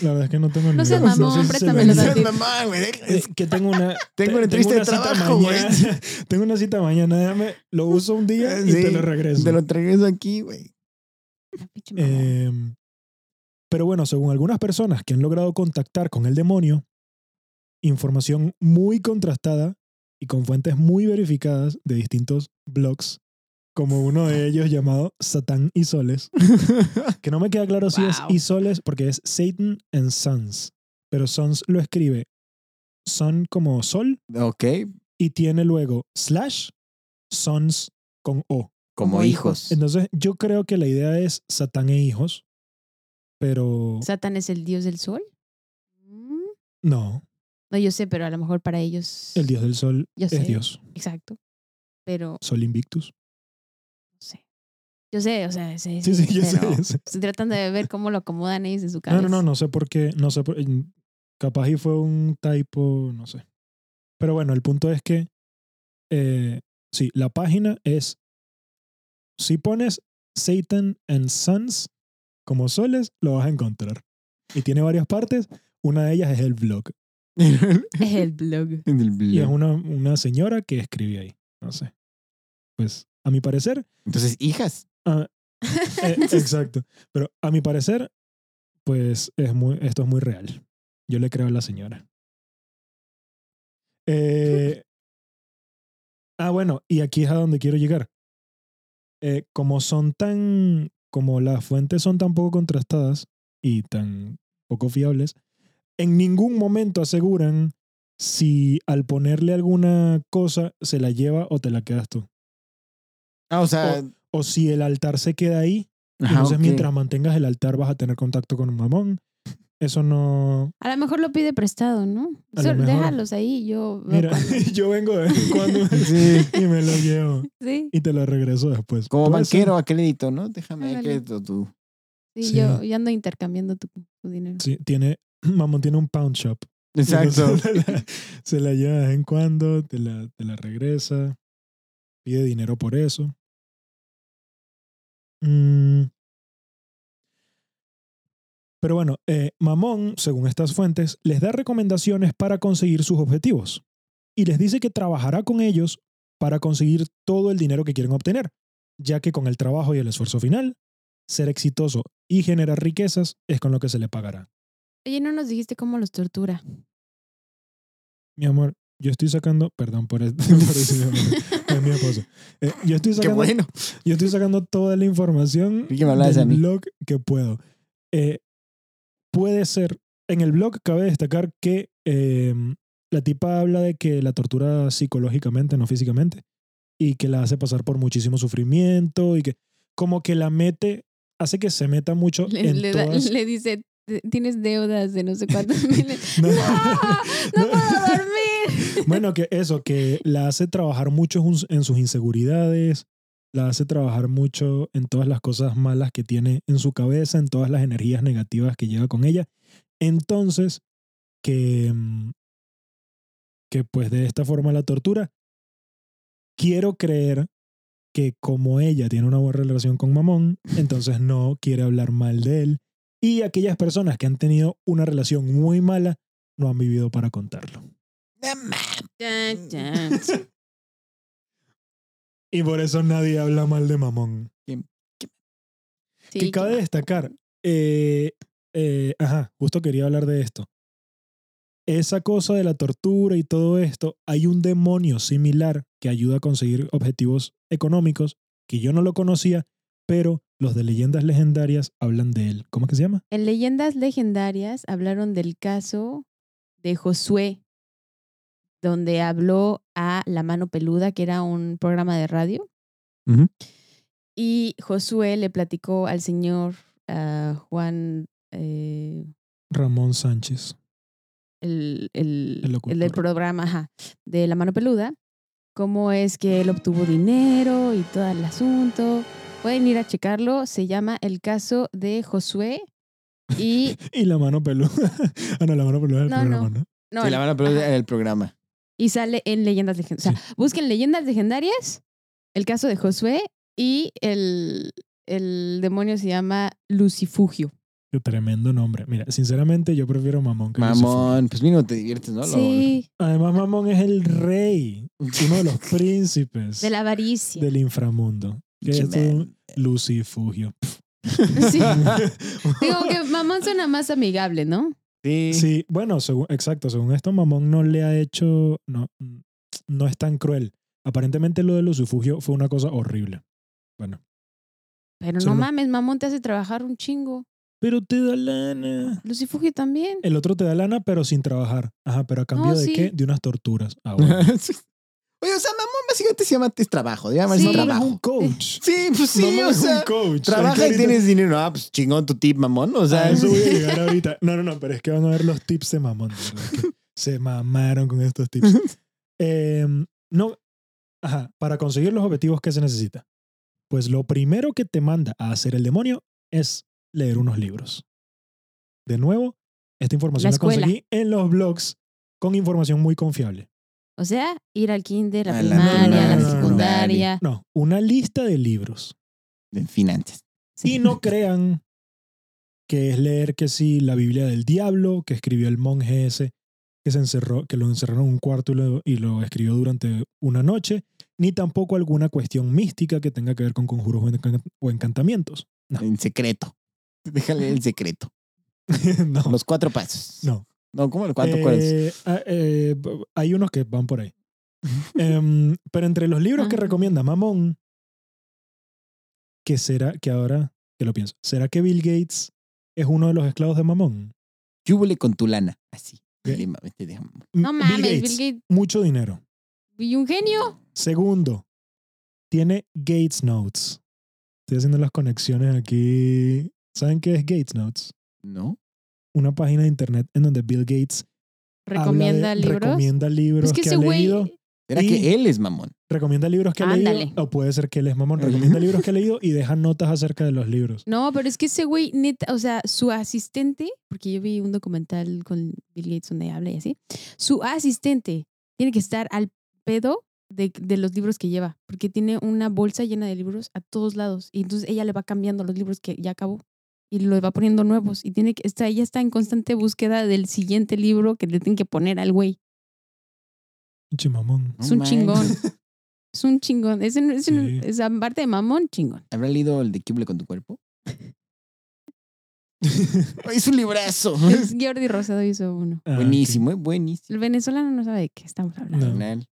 S1: La verdad es que no tengo ni
S2: No
S1: idea.
S2: seas mamón,
S1: sé si se lo-
S2: préstamelo, Dani.
S3: Seas mamá, güey.
S1: Eh, Que tengo una.
S3: Tengo una
S1: te-
S3: entrevista de
S1: cita
S3: trabajo, güey.
S1: mañana. *laughs* Tengo una cita mañana. Déjame, lo uso un día y
S3: Sí,
S1: te lo regreso.
S3: *laughs* Te lo regreso aquí, güey.
S2: Ah, pinche mamón.
S1: Eh, pero bueno, según algunas personas que han logrado contactar con el demonio, información muy contrastada y con fuentes muy verificadas de distintos blogs, como uno de ellos llamado Satán y Soles,
S3: *laughs*
S1: que no me queda claro si es
S2: Wow.
S1: y Soles porque es Satan and Sons, pero Sons lo escribe Son como Sol
S3: Ok.
S1: y tiene luego slash Sons con O.
S3: Como,
S2: Como
S3: hijos.
S1: Entonces, yo creo que la idea es Satán e hijos, pero
S2: ¿Satán es el dios del sol? Mm,
S1: no,
S2: No, yo sé, pero a lo mejor para ellos.
S1: el dios del sol
S2: Yo
S1: es
S2: sé.
S1: Dios,
S2: Exacto. Pero, no
S1: Sol Invictus.
S2: sé. Yo sé, o sea, sé,
S1: Sí,
S2: sé,
S1: sí, yo sé,
S2: pero
S1: yo sé.
S2: Estoy tratando de ver cómo lo acomodan ellos en su
S1: *laughs* No,
S2: cabeza.
S1: no, no, no sé por qué, no sé por- Capaz y fue un typo, no sé. Pero bueno, el punto es que, eh, sí, la página es, si pones Satan and Sons como soles, lo vas a encontrar. Y tiene varias partes, una de ellas es el blog.
S2: Es
S3: *laughs*
S2: *laughs* el blog.
S3: En el
S1: Y es
S3: blog.
S1: una, una señora que escribe ahí, no sé. Pues, a mi parecer,
S3: Entonces, hijas.
S1: Eh, exacto. Pero a mi parecer, pues es muy, esto es muy real. Yo le creo a la señora. Eh, ah, bueno, y aquí es a donde quiero llegar. Eh, como son tan, como las fuentes son tan poco contrastadas y tan poco fiables, en ningún momento aseguran si al ponerle alguna cosa se la lleva o te la quedas tú.
S3: Ah, o sea.
S1: O si el altar se queda ahí
S3: ajá,
S1: entonces,
S3: ok.
S1: mientras mantengas el altar, vas a tener contacto con un mamón. Eso no.
S2: A lo mejor lo pide prestado, ¿no?
S1: A lo
S2: Sol-
S1: mejor.
S2: déjalos ahí, yo. veo
S1: Mira,
S2: cuando-
S1: *laughs* yo vengo de vez en cuando
S3: *laughs*
S1: y
S3: Sí.
S1: me lo llevo
S2: *laughs* Sí,
S1: y te lo regreso después.
S3: Como
S1: Puede ser.
S3: banquero a crédito, ¿no? Déjame a
S2: Ándale.
S3: crédito tú.
S2: sí,
S1: Sí.
S2: Yo, yo ando intercambiando tu, tu dinero.
S1: Sí, tiene. *clears throat* Mamón tiene un pound shop.
S3: Exacto. *laughs*
S1: Entonces, se la, se la lleva de vez en cuando, te la, te la regresa, pide dinero por eso. Mm. Pero bueno, eh, Mamón, según estas fuentes, les da recomendaciones para conseguir sus objetivos y les dice que trabajará con ellos para conseguir todo el dinero que quieren obtener, ya que con el trabajo y el esfuerzo final, ser exitoso y generar riquezas es con lo que se le pagará.
S2: Oye, no nos dijiste cómo los tortura.
S1: Mi amor, yo estoy sacando, perdón por, el- *laughs* por decirle, mi amor, es mi esposo. Eh, yo, estoy
S3: *laughs* Qué
S1: sacando,
S3: bueno.
S1: yo estoy sacando toda la información
S3: Y que me hablabas
S1: del
S3: a mí.
S1: blog que puedo. Eh, puede ser, en el blog cabe destacar que eh, la tipa habla de que la tortura psicológicamente, no físicamente, y que la hace pasar por muchísimo sufrimiento y que como que la mete, hace que se meta mucho
S2: Le,
S1: en
S2: le da- *laughs*
S1: todas...
S2: le dice, tienes deudas de no
S1: *laughs*
S2: sé cuántos miles.
S1: No.
S2: *laughs* ¡No! ¡No puedo dormir!
S1: Bueno, que eso, que la hace trabajar mucho en sus- en sus inseguridades, la hace trabajar mucho en todas las cosas malas que tiene en su cabeza, en todas las energías negativas que lleva con ella. Entonces, que, mm, que pues de esta forma la tortura, quiero creer que como ella tiene una buena relación con Mamón, entonces no quiere hablar mal de él. Y aquellas personas que han tenido una relación muy mala no han vivido para contarlo.
S2: Chan, chan.
S1: Y por eso nadie habla mal de Mamón.
S2: *laughs* Sí,
S1: que cabe destacar. eh, eh, ajá, justo quería hablar de esto. Esa cosa de la tortura y todo esto, hay un demonio similar que ayuda a conseguir objetivos económicos que yo no lo conocía, pero los de leyendas legendarias hablan de él. ¿Cómo es que se llama?
S2: En leyendas legendarias hablaron del caso de Josué, donde habló a La Mano Peluda, que era un programa de radio.
S3: Ujú.
S2: Y Josué le platicó al señor ah, Juan, eh,
S1: Ramón Sánchez.
S2: el, el-
S1: El locutor.
S2: el del programa ajá, de La Mano Peluda, cómo es que él obtuvo dinero y todo el asunto. Pueden ir a checarlo. Se llama el caso de Josué. Y
S1: Y la mano peluda. *laughs* ah, no, la mano peluda del
S2: No,
S1: programa,
S2: no.
S1: ¿no?
S2: no,
S3: Se la van a perder
S2: ajá.
S3: en el programa.
S2: Y sale en Leyendas Legendarias. O sea, busquen Leyendas Legendarias, el caso de Josué y el, el demonio se llama Lucifugio.
S1: Qué tremendo nombre. Mira, sinceramente yo prefiero Mamón que Lucifer.
S3: Mamón, pues mínimo te diviertes, ¿no? Lo-
S2: Sí,
S1: Además, Mamón es el rey, uno
S3: *laughs*
S1: de los príncipes.
S2: de la avaricia.
S1: del inframundo. Que es un
S3: *laughs* Chimán.
S1: lucifugio.
S2: *laughs* Sí. Digo que Mamón suena más amigable, ¿no?
S3: Sí.
S1: Sí, bueno, según, exacto, según esto, Mamón no le ha hecho, no, no es tan cruel. Aparentemente lo del lucifugio fue una cosa horrible. Bueno.
S2: Pero no
S1: Solo-
S2: mames, Mamón te hace trabajar un chingo.
S1: Pero te da lana.
S2: Lucifugio también.
S1: El otro te da lana, pero sin trabajar. Ajá, pero a cambio
S2: No,
S1: de
S2: sí.
S1: qué? De unas torturas. Ah,
S2: *laughs*
S1: bueno.
S3: *laughs* Oye, o sea, mamón básicamente se llama es trabajo, digamos
S2: Sí.
S3: es
S1: Mamón es
S3: trabajo.
S1: un coach.
S3: Sí, pues sí,
S1: Mamón
S3: o
S1: es
S3: sea,
S1: un coach.
S3: trabaja y
S1: Ahorita- Ah,
S3: tienes dinero. Ah, pues chingón tu tip, mamón. O sea,
S1: A
S3: es
S1: eso
S3: un-
S1: voy a llegar ahorita. No, no, no, pero es que van a ver los tips de mamón. de verdad que se mamaron con estos
S2: *laughs*
S1: tips. Eh, no, ajá, para conseguir los objetivos que se necesita, pues lo primero que te manda a hacer el demonio es leer unos libros. De nuevo, Esta información
S2: La
S1: la,
S2: escuela.
S1: conseguí en los blogs con información muy confiable.
S2: O sea, ir al kinder, a la
S3: A la
S2: primaria, a la
S1: primaria,
S2: secundaria.
S1: No, una lista de libros.
S3: de finanzas.
S2: Sí.
S1: Y no crean que es leer que sí la Biblia del Diablo, que escribió el monje ese, que se encerró, que lo encerraron en un cuarto y lo, y lo escribió durante una noche, ni tampoco alguna cuestión mística que tenga que ver con conjuros o encan- o encantamientos. *laughs* No.
S3: En secreto. Déjale el secreto.
S1: no.
S3: Los cuatro pasos.
S1: No.
S3: No, ¿cómo los cuatro
S1: Eh,
S3: cuerdos?
S1: ah, eh, b- hay unos que van por ahí. Em, pero entre los libros que
S2: Ah.
S1: recomienda Mamón, que será que ahora que lo pienso, ¿será que Bill Gates es uno de los esclavos de Mamón?
S3: Yúbele con tu lana. Así.
S1: ¿Qué?
S3: Dale, mami, te dejamos.
S1: M-
S2: No mames,
S1: Bill
S2: Bill
S1: Gates,
S2: Gates.
S1: mucho dinero.
S2: ¿Y un genio?
S1: Segundo, tiene Gates Notes. Estoy haciendo las conexiones aquí. ¿Saben qué es Gates Notes?
S3: ¿No?
S1: Una página de internet en donde Bill Gates habla de-
S2: ¿Recomienda libros? Pues
S1: recomienda libros
S2: es que,
S1: que,
S2: ese
S1: ha
S2: güey.
S1: leído.
S3: ¿Será
S1: Y-
S3: que él es mamón?
S1: Recomienda libros que ha
S2: Ándale.
S1: leído. O puede ser que él es mamón.
S3: Ajá.
S1: Recomienda libros
S2: *laughs*
S1: que ha leído y deja notas acerca de los libros.
S2: No, pero es que ese güey, neta, o sea, su asistente, porque yo vi un documental con Bill Gates donde habla y así, su asistente tiene que estar al pedo de, de los libros que lleva, porque tiene una bolsa llena de libros a todos lados. Y entonces ella le va cambiando los libros que ya acabó y lo va poniendo nuevos. Y tiene que, está, ella está en constante búsqueda del siguiente libro que le tienen que poner al güey.
S1: Pinche mamón.
S3: No
S2: es un
S3: manches.
S2: chingón. Es un chingón. Es, un- es, un-
S1: Sí.
S2: es aparte de mamón,
S3: *laughs*
S2: chingón.
S3: ¿Habrá leído el de Kible con tu cuerpo? *laughs* es un librazo.
S2: Es Jordi Rosado hizo uno.
S1: Ah,
S3: Buenísimo, ¿eh? buenísimo.
S2: El venezolano no sabe de qué estamos hablando.
S1: No.
S3: Carnal.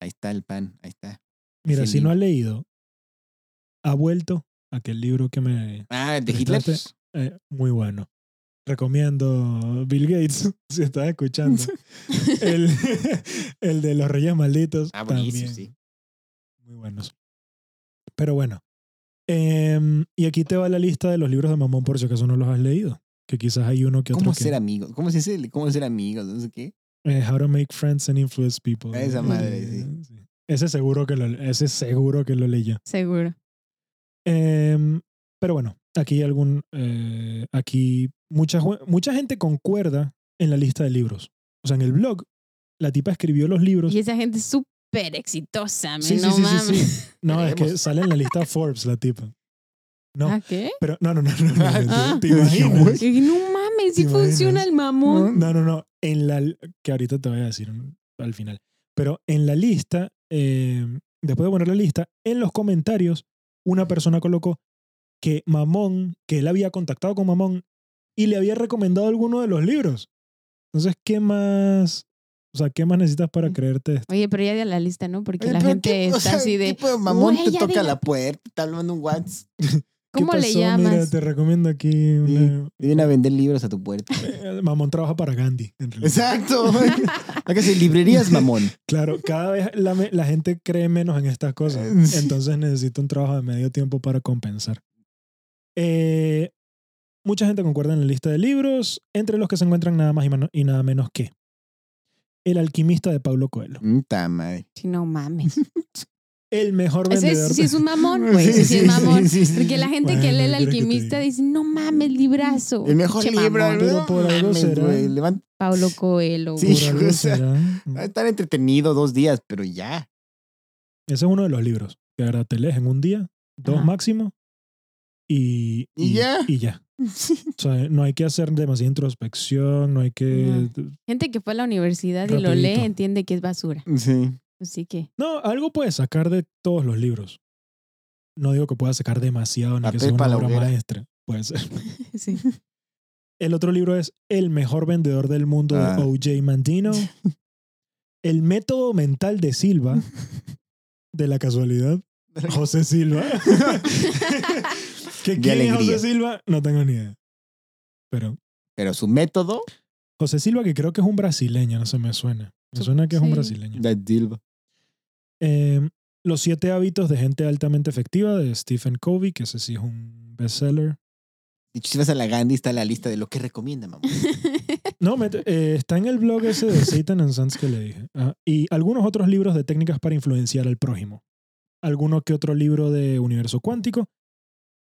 S3: Ahí está el pan, ahí está.
S1: ok. Mira,
S3: Ese
S1: si no ha leído, ha vuelto aquel libro que me.
S3: Ah, de Hitler.
S1: Prestaste. eh, muy bueno. Recomiendo Bill Gates, *laughs* si estás
S3: *laughs*
S1: escuchando. el, *laughs* el de los Reyes Malditos.
S3: Ah, buenísimo,
S1: también.
S3: sí.
S1: Muy buenos. Pero bueno. Em, y aquí te va la lista de los libros de mamón, por si acaso no los has leído. Que quizás hay uno que otro.
S3: ¿Cómo
S1: que-
S3: ser amigos? ¿Cómo, se dice? ¿Cómo ser amigos? No sé qué.
S1: Eh, How to Make Friends and Influence People.
S3: Esa madre,
S1: Eh,
S3: sí.
S1: Ese seguro que lo, ese seguro que lo leyó.
S2: Seguro.
S1: Em, pero bueno, aquí algún, eh, aquí mucha, ju- mucha gente concuerda en la lista de libros. O sea, en el blog, la tipa escribió los libros.
S2: Y esa gente es súper exitosa,
S1: Sí,
S2: men,
S1: sí,
S2: no
S1: sí, sí,
S2: mames.
S1: sí. No, es que
S3: Veremos.
S1: sale en la lista Forbes la tipa. No.
S2: ¿Ah, qué?
S1: Pero no, no, no, no. no, no,
S2: Ah.
S1: ¿Te imaginas?
S2: Yo dije, no mames, sí
S1: ¿Te
S2: funciona
S1: imaginas?
S2: el mamón.
S1: No, no, no. En la, que ahorita te voy a decir mm, al final. Pero en la lista, eh, después de poner la lista, en los comentarios, una persona colocó que Mamón, que él había contactado con Mamón y le había recomendado alguno de los libros. Entonces, ¿qué más? O sea, ¿qué más necesitas
S2: Mm.
S1: para creerte esto?
S2: Oye, pero ya de la lista, ¿no? Porque
S1: Eh,
S3: Oye,
S2: la
S3: pero
S2: gente
S3: ¿qué- o
S2: está
S3: sea,
S2: así
S3: ¿qué
S2: de,
S3: tipo mamón
S2: "Güey,
S3: te
S2: ya
S3: toca
S2: dime".
S3: la puerta, está hablando un WhatsApp.
S1: ¿Qué
S2: ¿cómo le
S1: pasó? Mira,
S2: llamas?
S1: te recomiendo aquí una-
S3: Te vienen a vender libros a tu puerta.
S1: Eh, Mamón trabaja para Gandhi, en realidad.
S3: *laughs* Exacto. Hágase librerías, mamón.
S1: Claro, cada vez la, me- la gente cree menos en estas cosas.
S3: *laughs* Sí.
S1: Entonces necesito un trabajo de medio tiempo para compensar. Eh, mucha gente concuerda en la lista de libros, entre los que se encuentran nada más y, mano- y nada menos que El alquimista de Pablo Coelho.
S3: Puta madre.
S2: Sí, no mames.
S1: *laughs* El mejor
S2: Ese
S1: vendedor.
S2: es, sí
S1: de-
S2: es un mamón, güey. Sí,
S3: Sí,
S2: sí es
S3: sí,
S2: mamón.
S3: sí, sí, sí.
S2: Porque la gente que
S1: Bueno,
S2: lee el
S1: ¿qué quieres que te
S2: alquimista
S1: diga?
S2: dice, no mames, librazo.
S3: El mejor
S2: Pinche
S3: libro,
S2: mamón.
S1: Pero por algo
S3: Mames,
S1: será.
S3: güey, levanta-
S2: Paulo Coelho.
S3: Sí.
S2: güey.
S1: *laughs* Por algo
S3: o sea,
S1: será.
S3: Va a estar entretenido dos días, pero ya.
S1: Ese es uno de los libros que ahora te lees en un día, dos
S2: Ajá.
S1: máximo, y,
S3: Y ya.
S1: y ya. O sea, no hay que hacer demasiada introspección, no hay que...
S2: Gente que fue a la universidad y lo
S1: Rapidito.
S2: lee entiende que es basura.
S3: Sí.
S2: Así que, *laughs*
S1: No, algo puedes sacar de todos los libros. No digo que pueda sacar demasiado, ni que
S3: Papel
S1: sea una
S3: para la
S1: obra
S3: hoguera.
S1: maestra. Puede ser.
S2: sí.
S1: *laughs* El otro libro es El mejor vendedor del mundo
S3: Ah.
S1: de O.J.
S3: *laughs*
S1: Mandino. El método mental de
S3: *laughs*
S1: Silva. De la casualidad. José
S3: *laughs*
S1: Silva. *laughs* ¿Que
S3: De
S1: ¿Quién es
S3: alegría.
S1: José Silva? No tengo ni idea. Pero
S3: *laughs* Pero su método.
S1: José Silva, que creo que es un brasileño, no se me suena. Me
S2: Sup-
S1: suena que es un
S2: sí.
S1: brasileño.
S3: de Dilba.
S1: Eh, Los siete hábitos de gente altamente efectiva de Stephen Covey, que ese sí es un bestseller.
S3: Y si vas a la Gandhi, está la lista de lo que recomienda, mamón.
S1: No, me- eh, está en el blog ese de Satan and Sons que le dije. Ah, y algunos otros libros de técnicas para influenciar al prójimo. Alguno que otro libro de universo cuántico.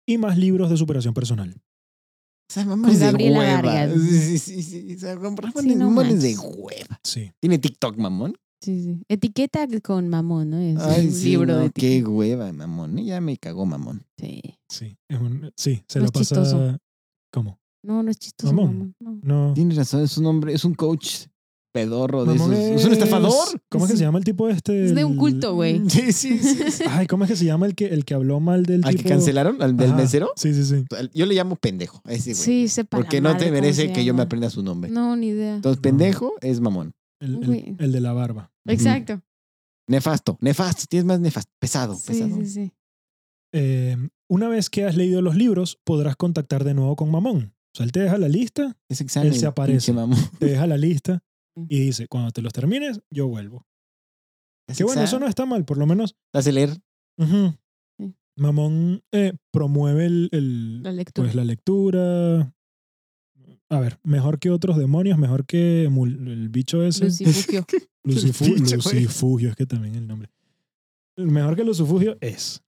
S1: Y más libros de superación personal.
S3: Esa mamá es de
S2: Pues Gabriela
S3: hueva.
S2: Arias.
S3: Sí, sí, sí, sí. Esa mamá
S2: Sí, no
S3: mamá es de
S2: manches.
S3: hueva.
S1: Sí.
S3: ¿Tiene TikTok, mamón?
S2: Sí, sí. Etiqueta con mamón, ¿no? Es
S3: Ay,
S2: un
S3: sí,
S2: libro
S3: no,
S2: de
S3: qué
S2: etiqueta.
S3: hueva, mamón. Ya me cagó, mamón.
S2: Sí.
S1: Sí, es un- sí, se
S2: No
S1: la
S2: es
S1: pasa.
S2: chistoso.
S1: ¿Cómo?
S2: No, no es chistoso.
S1: Mamón.
S2: Mamón. no.
S1: No.
S3: Tienes razón, es un hombre, es un coach pedorro de
S1: Mamón
S3: esos. ¿Es un estafador?
S1: ¿Cómo es que
S2: Sí.
S1: se llama el tipo este?
S2: Es de un
S1: El-
S2: culto, güey.
S3: Sí,
S2: *laughs*
S3: sí, sí. sí.
S1: Ay, ¿cómo es que se llama el que, el que habló mal del
S3: ¿Al
S1: tipo?
S3: que cancelaron? ¿Al del
S1: Ajá,
S3: mesero?
S1: Sí, sí, sí.
S3: Al- Yo le llamo pendejo a ese güey.
S2: Sí, sepa. la
S3: porque no
S2: madre
S3: te
S2: cómo se
S3: merece que yo me
S2: llama.
S3: aprenda su nombre.
S2: No, ni idea.
S3: Entonces,
S1: No.
S3: pendejo es mamón.
S1: El, el-
S2: Güey.
S1: el de la barba.
S2: Exacto.
S3: Nefasto, nefasto. Tienes más nefasto. Pesado,
S2: Sí,
S3: pesado.
S2: sí, sí.
S1: Eh, una vez que has leído los libros, podrás contactar de nuevo con Mamón. O sea, él te deja la lista,
S3: Ese examen.
S1: Él se aparece.
S3: pinche mamón.
S1: te deja la lista
S2: Mm.
S1: y dice, cuando te los termines, yo vuelvo.
S3: Ese
S1: Que bueno, eso
S3: examen.
S1: no está mal, por lo menos.
S3: Hace leer.
S1: Ujú.
S2: Sí.
S1: Mamón eh, promueve el, el-
S2: La lectura.
S1: pues, la lectura. A ver, mejor que otros demonios, mejor que mul- el bicho ese.
S2: Lucifugio. *laughs*
S1: Lucifu-
S3: El bicho, güey.
S1: Lucifugio, es que también el nombre. Mejor que Lucifugio es.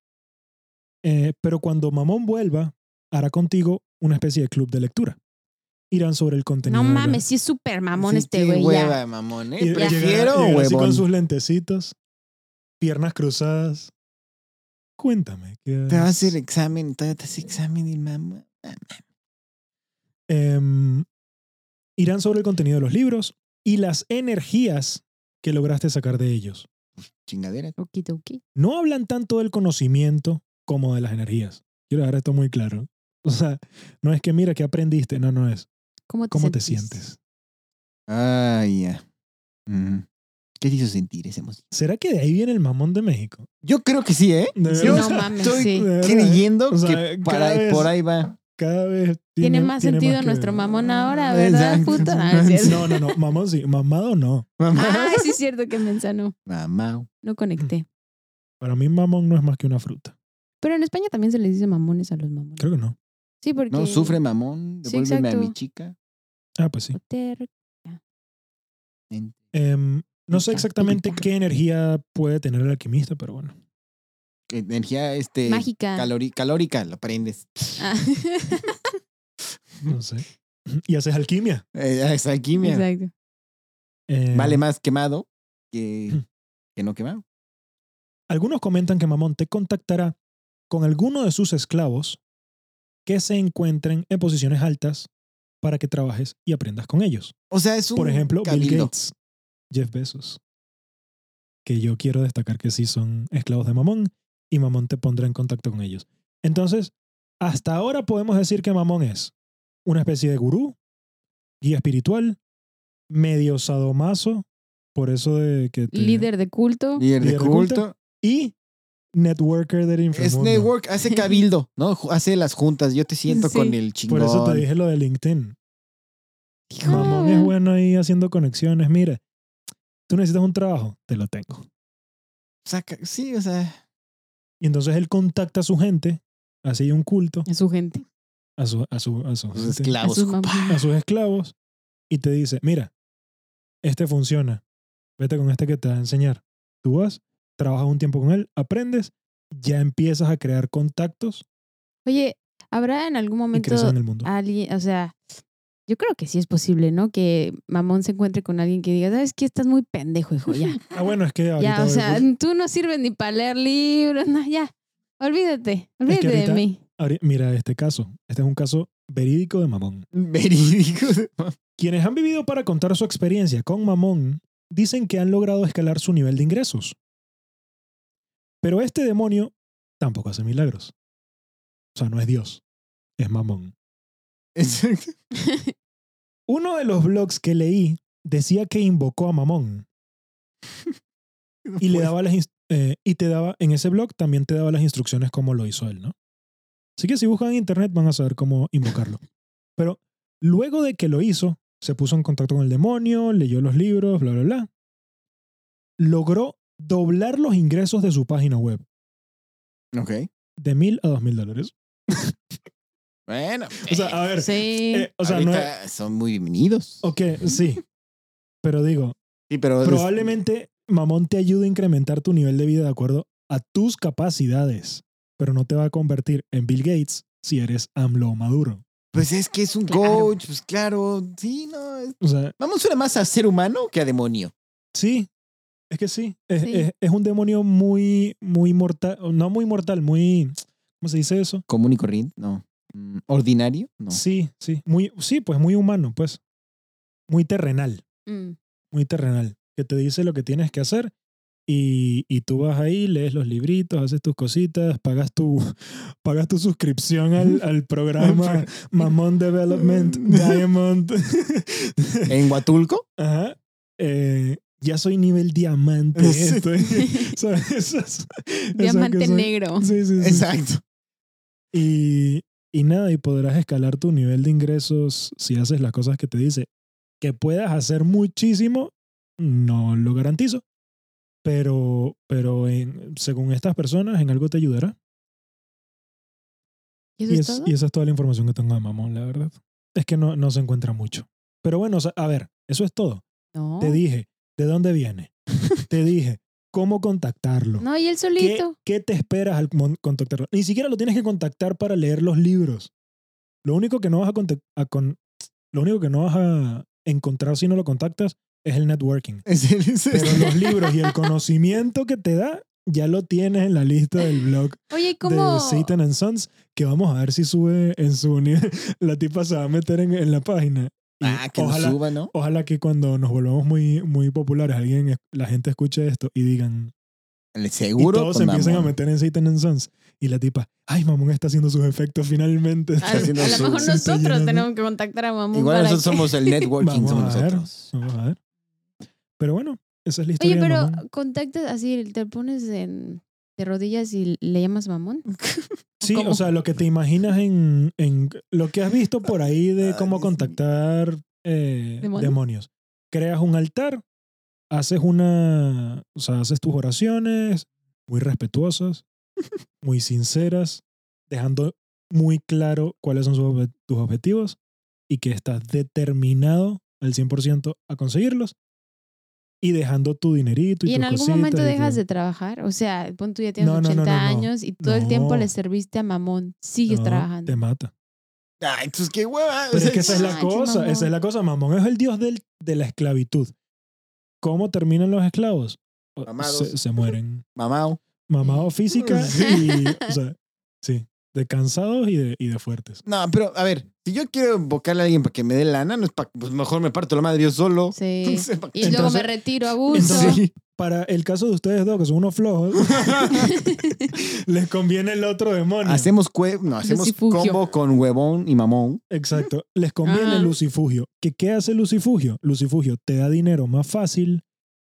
S1: Eh, pero cuando Mamón vuelva, hará contigo una especie de club de lectura. Irán sobre el contenido.
S2: No
S1: de la-
S2: mames, sí es súper mamón
S3: Sí,
S2: este
S3: qué
S2: güey.
S3: hueva,
S2: ya.
S3: de mamón, ¿eh?
S1: Y-
S2: Ya.
S3: Prefiero,
S1: llegar- llegar así
S3: huevón.
S1: con sus lentecitos, piernas cruzadas. Cuéntame. ¿qué
S3: Te va a
S1: haces?
S3: hacer examen, todavía te hace examen y mamá.
S1: Em, irán sobre el contenido de los libros y las energías que lograste sacar de ellos.
S3: Chingadera.
S2: Okidoki.
S1: no hablan tanto del conocimiento como de las energías. Quiero dejar esto muy claro. O sea, no es que mira que aprendiste, no, no es.
S2: ¿Cómo te
S1: ¿Cómo te
S2: sentís?
S1: sientes?
S3: Ay, ya. Ujú. ¿Qué te hizo sentir ese emoción?
S1: ¿Será que de ahí viene el mamón de México?
S3: Yo creo que sí, ¿eh?
S1: De
S3: Sí,
S1: verdad,
S2: No mames,
S1: de
S3: Estoy
S2: sí.
S1: verdad,
S3: Creyendo
S1: O sea,
S3: que
S1: cada
S3: para-
S1: vez-
S3: por ahí va.
S1: Cada vez
S2: Tiene más sentido
S1: que-
S2: nuestro mamón ahora, ¿verdad,
S3: Ah,
S1: *laughs*
S3: Exacto.
S2: puta? No, es
S1: No,
S2: cierto.
S1: no, no. Mamón sí. Mamado no.
S3: Mamá.
S2: Ay, sí Ah, es cierto que me ensano.
S3: Mamá.
S2: No conecté.
S1: Para mí mamón no es más que una fruta.
S2: Pero en España también se les dice mamones a los mamones.
S1: Creo que no.
S2: Sí, porque...
S3: No, sufre mamón.
S2: Sí,
S3: Devuélveme a
S2: exacto.
S3: mi chica.
S1: Ah, pues sí.
S2: Ter-
S1: Em, no sé
S2: Pica,
S1: exactamente
S2: pica.
S1: qué energía puede tener el alquimista, pero bueno.
S3: Energía este,
S2: Mágica.
S3: calori- calórica, lo prendes. *laughs*
S1: *laughs*
S2: Ah.
S1: No sé. Y haces alquimia.
S3: Eh, es alquimia.
S2: Exacto.
S1: Em,
S3: Vale más quemado
S1: Hmm.
S3: que, que no quemado.
S1: Algunos comentan que Mamón te contactará con alguno de sus esclavos que se encuentren en posiciones altas para que trabajes y aprendas con ellos.
S3: O sea, es un
S1: Por ejemplo, Bill
S3: cabildo.
S1: Gates, Jeff Bezos, que yo quiero destacar que sí son esclavos de Mamón y Mamón te pondrá en contacto con ellos. Entonces, hasta ahora podemos decir que Mamón es una especie de gurú, guía espiritual, medio sadomaso, por eso de que te-
S2: Líder de culto.
S3: Líder de
S1: Líder de
S3: culto.
S1: culto. pues, y networker del
S3: Es
S1: inframundo.
S2: *laughs*
S3: network, hace cabildo, ¿no? Ju- Hace las juntas. Yo te siento
S2: Sí.
S3: con el
S1: Por
S3: chingón.
S1: eso te dije lo de LinkedIn.
S2: Hijo.
S1: Mamón es bueno ahí haciendo conexiones. Mira, tú necesitas un trabajo, te lo tengo.
S3: Saca- sí, o sea,
S1: Y entonces él contacta a su gente, así hay un culto,
S2: A su gente.
S1: a, su, a, su, a, su gente,
S2: A
S3: los pues, esclavos.
S2: sus
S1: a
S3: *laughs*
S2: mamones.
S1: sus esclavos, y te dice, mira, este funciona, vete con este que te va a enseñar. Tú vas, trabajas un tiempo con él, aprendes, ya empiezas a crear contactos
S2: Oye, ¿habrá en algún
S1: y
S2: momento
S1: creces en el mundo.
S2: alguien, o sea, yo creo que sí es posible, ¿no? Que mamón se encuentre con alguien que diga, ¿sabes qué? Estás muy pendejo,
S1: *laughs*
S2: hijo, ya.
S1: Ah, bueno, es que ahorita...
S2: ya, o sea,
S1: ahorita-
S2: tú no sirves ni para leer libros, no, ya. Olvídate, olvídate
S1: ahorita- *laughs*
S2: de mí.
S1: ahorita- mira este caso. Este es un caso verídico de mamón.
S3: Verídico.
S1: Quienes han vivido para contar su experiencia con Mamón dicen que han logrado escalar su nivel de ingresos. Pero este demonio tampoco hace milagros. O sea, no es Dios, es Mamón.
S3: *laughs* Exacto.
S1: Uno de los blogs que leí decía que invocó a Mamón
S3: Pues
S1: y, le daba las ins- eh, y te daba, en ese blog también te daba las instrucciones como lo hizo él, ¿no? Así que si buscan en internet van a saber cómo invocarlo. Pero luego de que lo hizo, se puso en contacto con el demonio, leyó los libros, bla, bla, bla. Logró doblar los ingresos de su página web
S3: Ok.
S1: de mil a dos mil dólares.
S3: Bueno.
S1: O sea, a ver.
S2: Sí.
S1: eh, o sea, no es-
S3: ahorita son muy bienvenidos.
S1: Ok, sí. Pero digo,
S3: Sí, pero.
S1: probablemente Mamón te ayude a incrementar tu nivel de vida de acuerdo a tus capacidades, pero no te va a convertir en Bill Gates si eres AMLO o Maduro.
S3: Pues es que es un
S2: Claro.
S3: coach, pues claro, sí, no. es-
S1: O sea,
S3: Mamón suena más a ser humano que a demonio.
S1: sí. Es que sí. Es,
S2: Sí.
S1: es- es un demonio muy, muy mortal. No muy mortal, muy. ¿Cómo se dice eso?
S3: Común y corriente, no. Mm, Ordinario, no.
S1: Sí, sí. Muy, sí, pues muy humano, pues. Muy terrenal.
S2: Mm,
S1: muy terrenal, que te dice lo que tienes que hacer y, y tú vas ahí, lees los libritos, haces tus cositas, pagas tu, *laughs* pagas tu suscripción al, al programa Mamón Development Diamond. *laughs*
S3: En Huatulco,
S1: Ajá. Eh, ya soy nivel diamante.
S3: Sí. *laughs*
S1: Estoy- *laughs* ¿sabes? Eso es- eso que
S2: Diamante
S1: soy.
S2: negro.
S1: Sí, sí, sí.
S3: exacto.
S1: Y, y nada, y podrás escalar tu nivel de ingresos si haces las cosas que te dice. Que puedas hacer muchísimo, no lo garantizo. Pero, pero en- según estas personas, en algo te ayudará.
S2: ¿Y eso
S1: Y,
S2: es
S1: es-
S2: todo?
S1: y esa es toda la información que tengo de Mamón, la verdad. Es que no, no se encuentra mucho. Pero bueno, o sea, a ver, eso es todo.
S2: No.
S1: Te dije de dónde
S2: *laughs*
S1: viene. te dije cómo contactarlo.
S2: No, y él
S1: ¿Qué,
S2: solito.
S1: qué te esperas al mon- contactarlo? Ni siquiera lo tienes que contactar para leer los libros. Lo único que no vas a, contac- a con- lo único que no vas a encontrar si no lo contactas es el networking.
S3: Es el- es el-
S1: Pero
S3: *laughs*
S1: los libros y el conocimiento que te da ya lo tienes en la lista del blog
S2: Oye, ¿y ¿cómo?
S1: de Satan and Sons que vamos a ver si sube en su nivel. *laughs* La tipa se va a meter en, en la página. Y
S3: Ah, que
S1: ojalá,
S3: lo suba, ¿no?
S1: ojalá que cuando nos volvamos muy, muy populares, alguien, es- la gente escuche esto y digan,
S3: Le
S1: y
S3: Seguro.
S1: todos se
S3: con
S1: empiezan
S3: mamón.
S1: a meter en Satan and Sons. Y la tipa, ay, mamón está haciendo sus efectos finalmente. *laughs*
S2: A,
S3: está haciendo
S2: a lo
S3: su-
S2: mejor
S1: se está
S2: nosotros
S1: llenando.
S2: tenemos que contactar a Mamón.
S3: Igual
S2: para
S3: nosotros
S2: que- *laughs*
S3: somos el networking,
S1: Vamos
S3: somos
S1: a ver.
S3: nosotros.
S1: Vamos a ver. Pero bueno, esa es la historia.
S2: Oye,
S1: de
S2: pero
S1: Mamón.
S2: contactas así, te pones en, de rodillas y le llamas Mamón.
S1: Sí,
S2: ¿cómo?
S1: o sea, lo que te imaginas en, en lo que has visto por ahí de cómo
S3: Ay, Dios mío.
S1: contactar eh,
S2: ¿Demonios?
S1: demonios. Creas un altar, haces una, o sea, haces tus oraciones muy respetuosas, muy sinceras, dejando muy claro cuáles son sus obje- tus objetivos y que estás determinado al 100% a conseguirlos y dejando tu dinerito y,
S2: Y en
S1: tus
S2: algún
S1: cositas
S2: momento
S1: y
S2: dejas
S1: tu-
S2: de trabajar. O sea, pon tú ya tienes
S1: No, no, no,
S2: 80
S1: no, no.
S2: años y todo el tiempo
S1: No.
S2: le serviste a Mamón. Sigues
S1: No,
S2: trabajando.
S1: Te mata.
S3: Ay, pues qué hueva.
S1: Pero es que esa es la
S2: Ay, qué
S1: cosa, esa
S2: Ah, mamón.
S1: es la cosa. Mamón es el dios del, de la esclavitud. ¿Cómo terminan los esclavos? O-
S3: Mamados.
S1: Se, se
S3: *laughs*
S1: mueren.
S3: Mamao.
S1: Mamado
S2: *laughs*
S1: física
S3: Sí.
S1: y. O sea, sí. De cansados y de, y de fuertes.
S3: No, pero a ver, si yo quiero invocarle a alguien para que me dé lana, no es pa- pues mejor me parto la madre yo
S1: *laughs*
S3: solo.
S2: Sí.
S3: *laughs* No sé pa'
S2: Y
S3: qué.
S2: luego
S1: Entonces-
S2: me retiro a gusto.
S1: *laughs* Entonces, para el caso de ustedes dos, que son unos
S3: *laughs*
S1: flojos,
S2: *laughs*
S1: les conviene el otro demonio.
S3: Hacemos cue- no, hacemos
S2: Lucifugio.
S3: combo con huevón y mamón.
S1: Exacto. Les conviene
S2: Ah.
S1: el lucifugio. ¿Qué, ¿Qué hace lucifugio? Lucifugio te da dinero más fácil,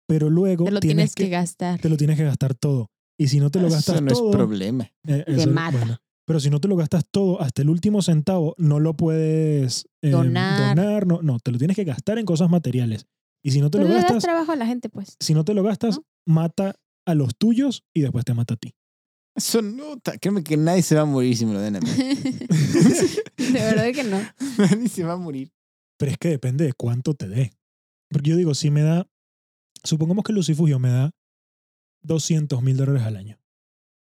S1: pero luego
S2: te lo
S1: tienes que,
S2: gastar.
S1: te lo tienes que gastar todo. Y si no te lo gastas
S3: Ah, Eso no
S1: todo,
S3: es problema.
S1: Eh,
S2: Te
S1: eso,
S2: mata.
S1: bueno. pero si no te lo gastas todo, hasta el último centavo, no lo puedes eh,
S2: Donar.
S1: donar, no, no, te lo tienes que gastar en cosas materiales. Y si no te
S2: Pero
S1: lo
S2: le das
S1: gastas,
S2: trabajo a la gente, pues.
S1: si no te lo gastas, mata a los tuyos y después te mata a ti.
S3: Eso no, ta- créeme que nadie se va a morir si me lo dan a
S1: *laughs*
S3: mí.
S2: *laughs* de verdad que no.
S3: *laughs* nadie se va a morir.
S1: Pero es que depende de cuánto te dé. Porque yo digo, si me da, supongamos que el lucifugio me da 200 mil dólares al año,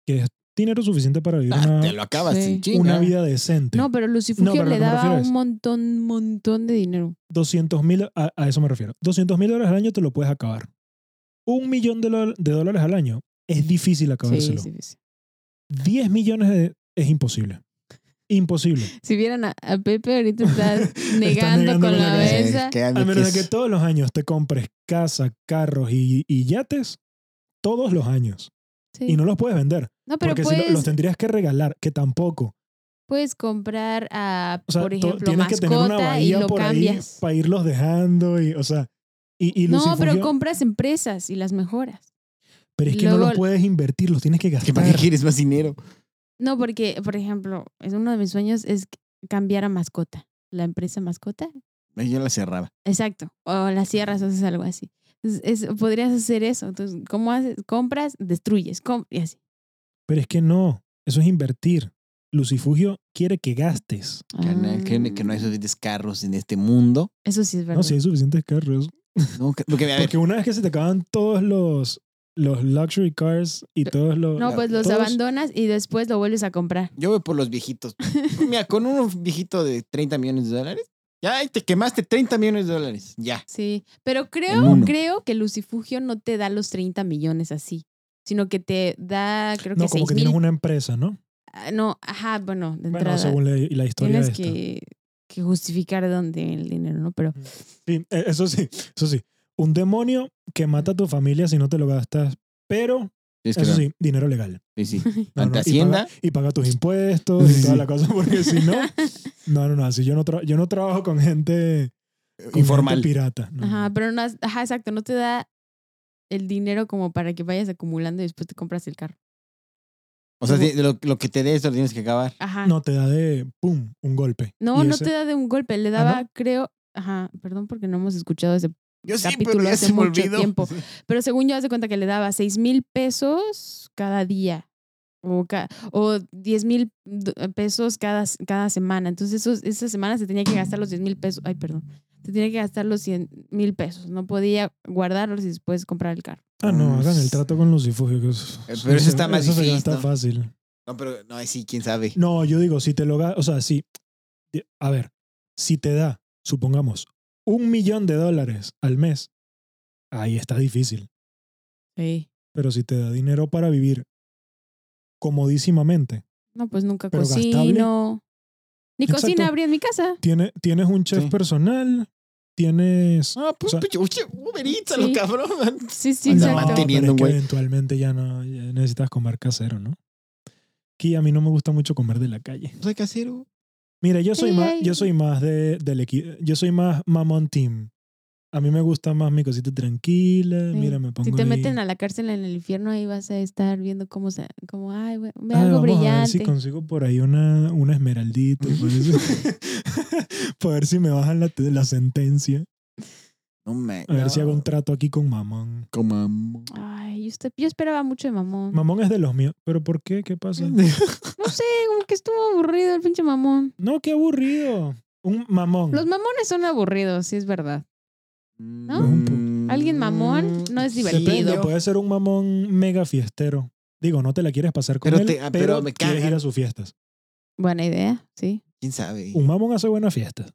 S1: que es dinero suficiente para vivir
S3: Ah,
S1: una,
S3: te lo acabas
S2: Sí.
S3: en chinga.
S1: una vida decente.
S2: No, pero Lucifugio
S1: No, pero a lo
S2: le
S1: que me
S2: daba
S1: refiero es-
S2: un montón, montón de dinero.
S1: 200 mil, a, a eso me refiero, 200 mil dólares al año te lo puedes acabar. Un millón de, lo- de dólares al año es difícil
S2: Sí,
S1: acabárselo.
S2: sí, sí.
S1: 10 millones de- es imposible. Imposible.
S2: Si vieran a, a
S1: *laughs*
S2: Pepe, ahorita está
S1: negando
S2: negando con
S3: Ah,
S1: con
S2: la
S1: la cabeza.
S2: cabeza.
S1: A menos de que todos los años te compres casa, carros y, y yates, todos los años.
S2: Sí.
S1: Y no los puedes vender.
S2: No, pero
S1: porque si lo-
S2: puedes,
S1: los tendrías que regalar, que tampoco.
S2: puedes comprar, a,
S1: O sea,
S2: por
S1: to-
S2: ejemplo,
S1: tienes que tener una
S2: mascota y
S1: bahía
S2: lo
S1: por ahí
S2: cambias.
S1: para irlos dejando. Y, o sea, y, y
S2: no, pero
S1: Lucifugio-
S2: compras empresas y las mejoras.
S1: pero es que no
S2: luego-
S1: los puedes invertir, los tienes que gastar.
S3: ¿Que ¿Para qué quieres más dinero?
S2: No, porque, por ejemplo, es uno de mis sueños es cambiar a mascota. La empresa mascota.
S3: Ay, Yo la cerraba.
S2: Exacto. O las cierras, haces algo así. Entonces, es- podrías hacer eso. Entonces, ¿cómo haces? Compras, destruyes, com- y así.
S1: Pero es que no, eso es invertir. Lucifugio quiere que gastes.
S3: Que no- Créeme que no hay suficientes carros en este mundo.
S2: Ah. Eso sí es verdad.
S1: No, si hay suficientes carros.
S3: No, que- porque, a ver,
S1: Porque una vez que se te acaban todos los, los luxury cars y todos los...
S2: No, pues los
S1: todos-
S2: abandonas y después lo vuelves a comprar.
S3: Yo voy por los *laughs* viejitos. Mira, con un viejito de 30 millones de dólares, ya ahí te quemaste 30 millones de dólares. Ya.
S2: Sí, pero
S3: En
S2: creo,
S3: uno.
S2: creo que Lucifugio no te da los 30 millones así, sino que te da, creo que
S1: No, como
S2: 6
S1: que
S2: mil.
S1: tienen una empresa, ¿no?
S2: Ah, No, ajá, bueno, de
S1: Bueno,
S2: entrada.
S1: según la, la historia
S2: Tienes
S1: esta.
S2: que, que justificar de dónde viene el dinero, ¿no? Pero
S1: Sí, eh, eso sí, eso sí. Un demonio que mata a tu familia si no te lo gastas, pero,
S3: Es
S1: eso sí, dinero legal.
S3: sí, *laughs* sí.
S1: No, no,
S3: Ante
S1: y,
S3: Hacienda,
S1: paga, y paga tus impuestos y
S3: Sí.
S1: toda la cosa, porque si
S2: *laughs*
S1: no, no, no, no, así yo no, tra- yo no trabajo con gente, con gente
S3: informal.
S1: pirata. no,
S2: Ajá,
S1: no.
S2: pero no, has- ajá, exacto, no te da el dinero como para que vayas acumulando y después te compras el carro.
S3: O sea, sí, lo, lo que te des lo tienes que acabar.
S2: Ajá. No,
S1: No, te da de, pum, un golpe.
S2: Ah. no,
S1: Y ese-
S2: te da de un golpe, le
S1: ¿Ah, no?
S2: daba, creo, ajá, perdón porque no hemos escuchado ese,
S3: Yo sí,
S2: Capítulo
S3: pero ya
S2: hace
S3: se me
S2: mucho
S3: olvidó.
S2: tiempo. pero según yo hace cuenta que le daba seis mil pesos cada día o, ca- o 10 mil do- eh, pesos cada, cada semana. Entonces esos, esa semana se tenía que gastar los 10 mil pesos, ay, perdón, se tenía que gastar los 100 mil pesos, no podía guardarlos y después comprar el carro.
S1: Ah, no,
S3: Ah,
S1: hagan el
S3: sí.
S1: trato con Lucifugio. que eso-
S3: Eh, pero eso está más
S1: se
S3: difícil,
S1: gasta
S3: ¿no?
S1: fácil.
S3: No, pero no, ahí sí, quién sabe.
S1: No, yo digo, si te lo gastas, o sea, si, a ver, si te da, supongamos, un millón de dólares al mes, ahí está difícil.
S2: Sí.
S1: Pero si te da dinero para vivir comodísimamente,
S2: No, pues nunca
S1: Pero gastable.
S2: cocino. Ni
S1: Exacto.
S2: cocina habría en mi casa.
S1: tiene, tienes un chef
S3: Sí.
S1: personal, tienes...
S3: Ah, pues,
S1: O sea-
S3: pinche- oye, Uber Eats, a lo
S2: Sí.
S3: cabrón.
S2: Sí, sí,
S3: Anda,
S2: exacto.
S1: pero
S3: manteniendo,
S1: es que
S3: güey.
S1: eventualmente ya no ya necesitas comer casero, ¿no? Que a mí no me gusta mucho comer de la calle.
S3: Soy casero.
S1: Mira, yo soy
S2: Sí,
S1: más,
S2: hay-
S1: yo soy más de, del equi- yo soy más mamón team. A mí me gusta más mi cosita tranquila.
S2: Sí.
S1: Mira, me pongo
S2: Si te
S1: ahí.
S2: meten a la cárcel en el infierno, ahí vas a estar viendo cómo se, como, ay, güey, ve
S1: Ay,
S2: algo
S1: vamos A ver
S2: brillante.
S1: si consigo por ahí una, una esmeraldita. por eso.
S2: *laughs*
S1: Para ver si me bajan la, la sentencia.
S3: No me.
S1: A ver si
S3: no.
S1: hago un trato aquí con Mamón.
S3: Como amo.
S2: Ay, yo, esta- yo esperaba mucho de mamón.
S1: Mamón es de los míos. ¿Pero por qué? ¿Qué *laughs* pasa?
S2: Mm.
S3: mm,
S2: No sé, como que estuvo aburrido el pinche mamón.
S1: No, qué aburrido. Un mamón.
S2: Los mamones son aburridos, sí es verdad.
S1: ¿No?
S2: Alguien mamón no es divertido.
S1: Depende,
S3: pues,
S2: Divertido.
S1: puede ser un mamón mega fiestero. Digo, no te la quieres pasar con
S3: Pero
S1: él,
S3: te- ah,
S1: pero,
S3: pero me
S1: quieres
S3: cagan.
S1: ir a sus fiestas.
S2: Buena idea, sí.
S3: ¿Quién sabe?
S1: Un mamón hace buenas fiestas.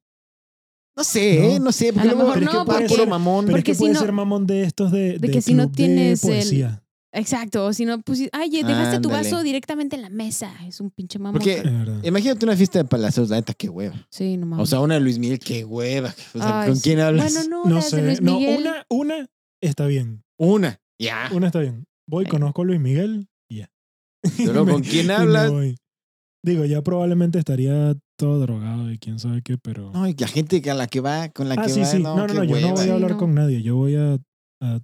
S3: No sé,
S1: No.
S3: ¿eh? No sé.
S2: A lo
S3: luego-
S2: mejor
S3: pero es que
S2: no,
S3: puro-
S2: porque-
S3: puro mamón.
S1: Pero es
S2: Porque
S1: que
S2: si
S1: puede
S2: no-
S1: ser mamón de estos de,
S2: de
S1: de
S2: que si no
S1: club de
S2: tienes el-
S1: poesía.
S2: Exacto, o si no pusiste, ay, dejaste tu
S3: Ándale.
S2: vaso directamente en la mesa. Es un pinche mamón.
S3: Porque-
S1: Es
S2: Eh,
S1: verdad.
S3: Imagínate una fiesta de palacios, la neta, qué hueva.
S2: Sí, no mames.
S3: O sea, una de Luis Miguel, qué hueva. O sea,
S2: Ay,
S3: ¿con
S2: sí.
S3: quién hablas?
S2: Bueno, no,
S1: No
S2: las de
S1: sé.
S2: Luis
S1: No,
S2: Miguel.
S1: una, una está bien.
S3: Una. Ya.
S1: *laughs* Una está bien. Voy,
S2: Ay.
S1: conozco a Luis Miguel y ya.
S3: Pero
S1: Y me-
S3: ¿con quién
S1: y me
S3: hablas?
S1: voy. Digo, ya probablemente estaría todo drogado y quién sabe qué, pero.
S3: No, y la gente a la que va, con la
S1: ah,
S3: que
S1: sí,
S3: va.
S1: sí. No, no,
S3: Ah, qué
S1: no, yo no
S3: hueva.
S1: voy a
S2: Sí,
S1: hablar
S2: no.
S1: con nadie. Yo voy a, a,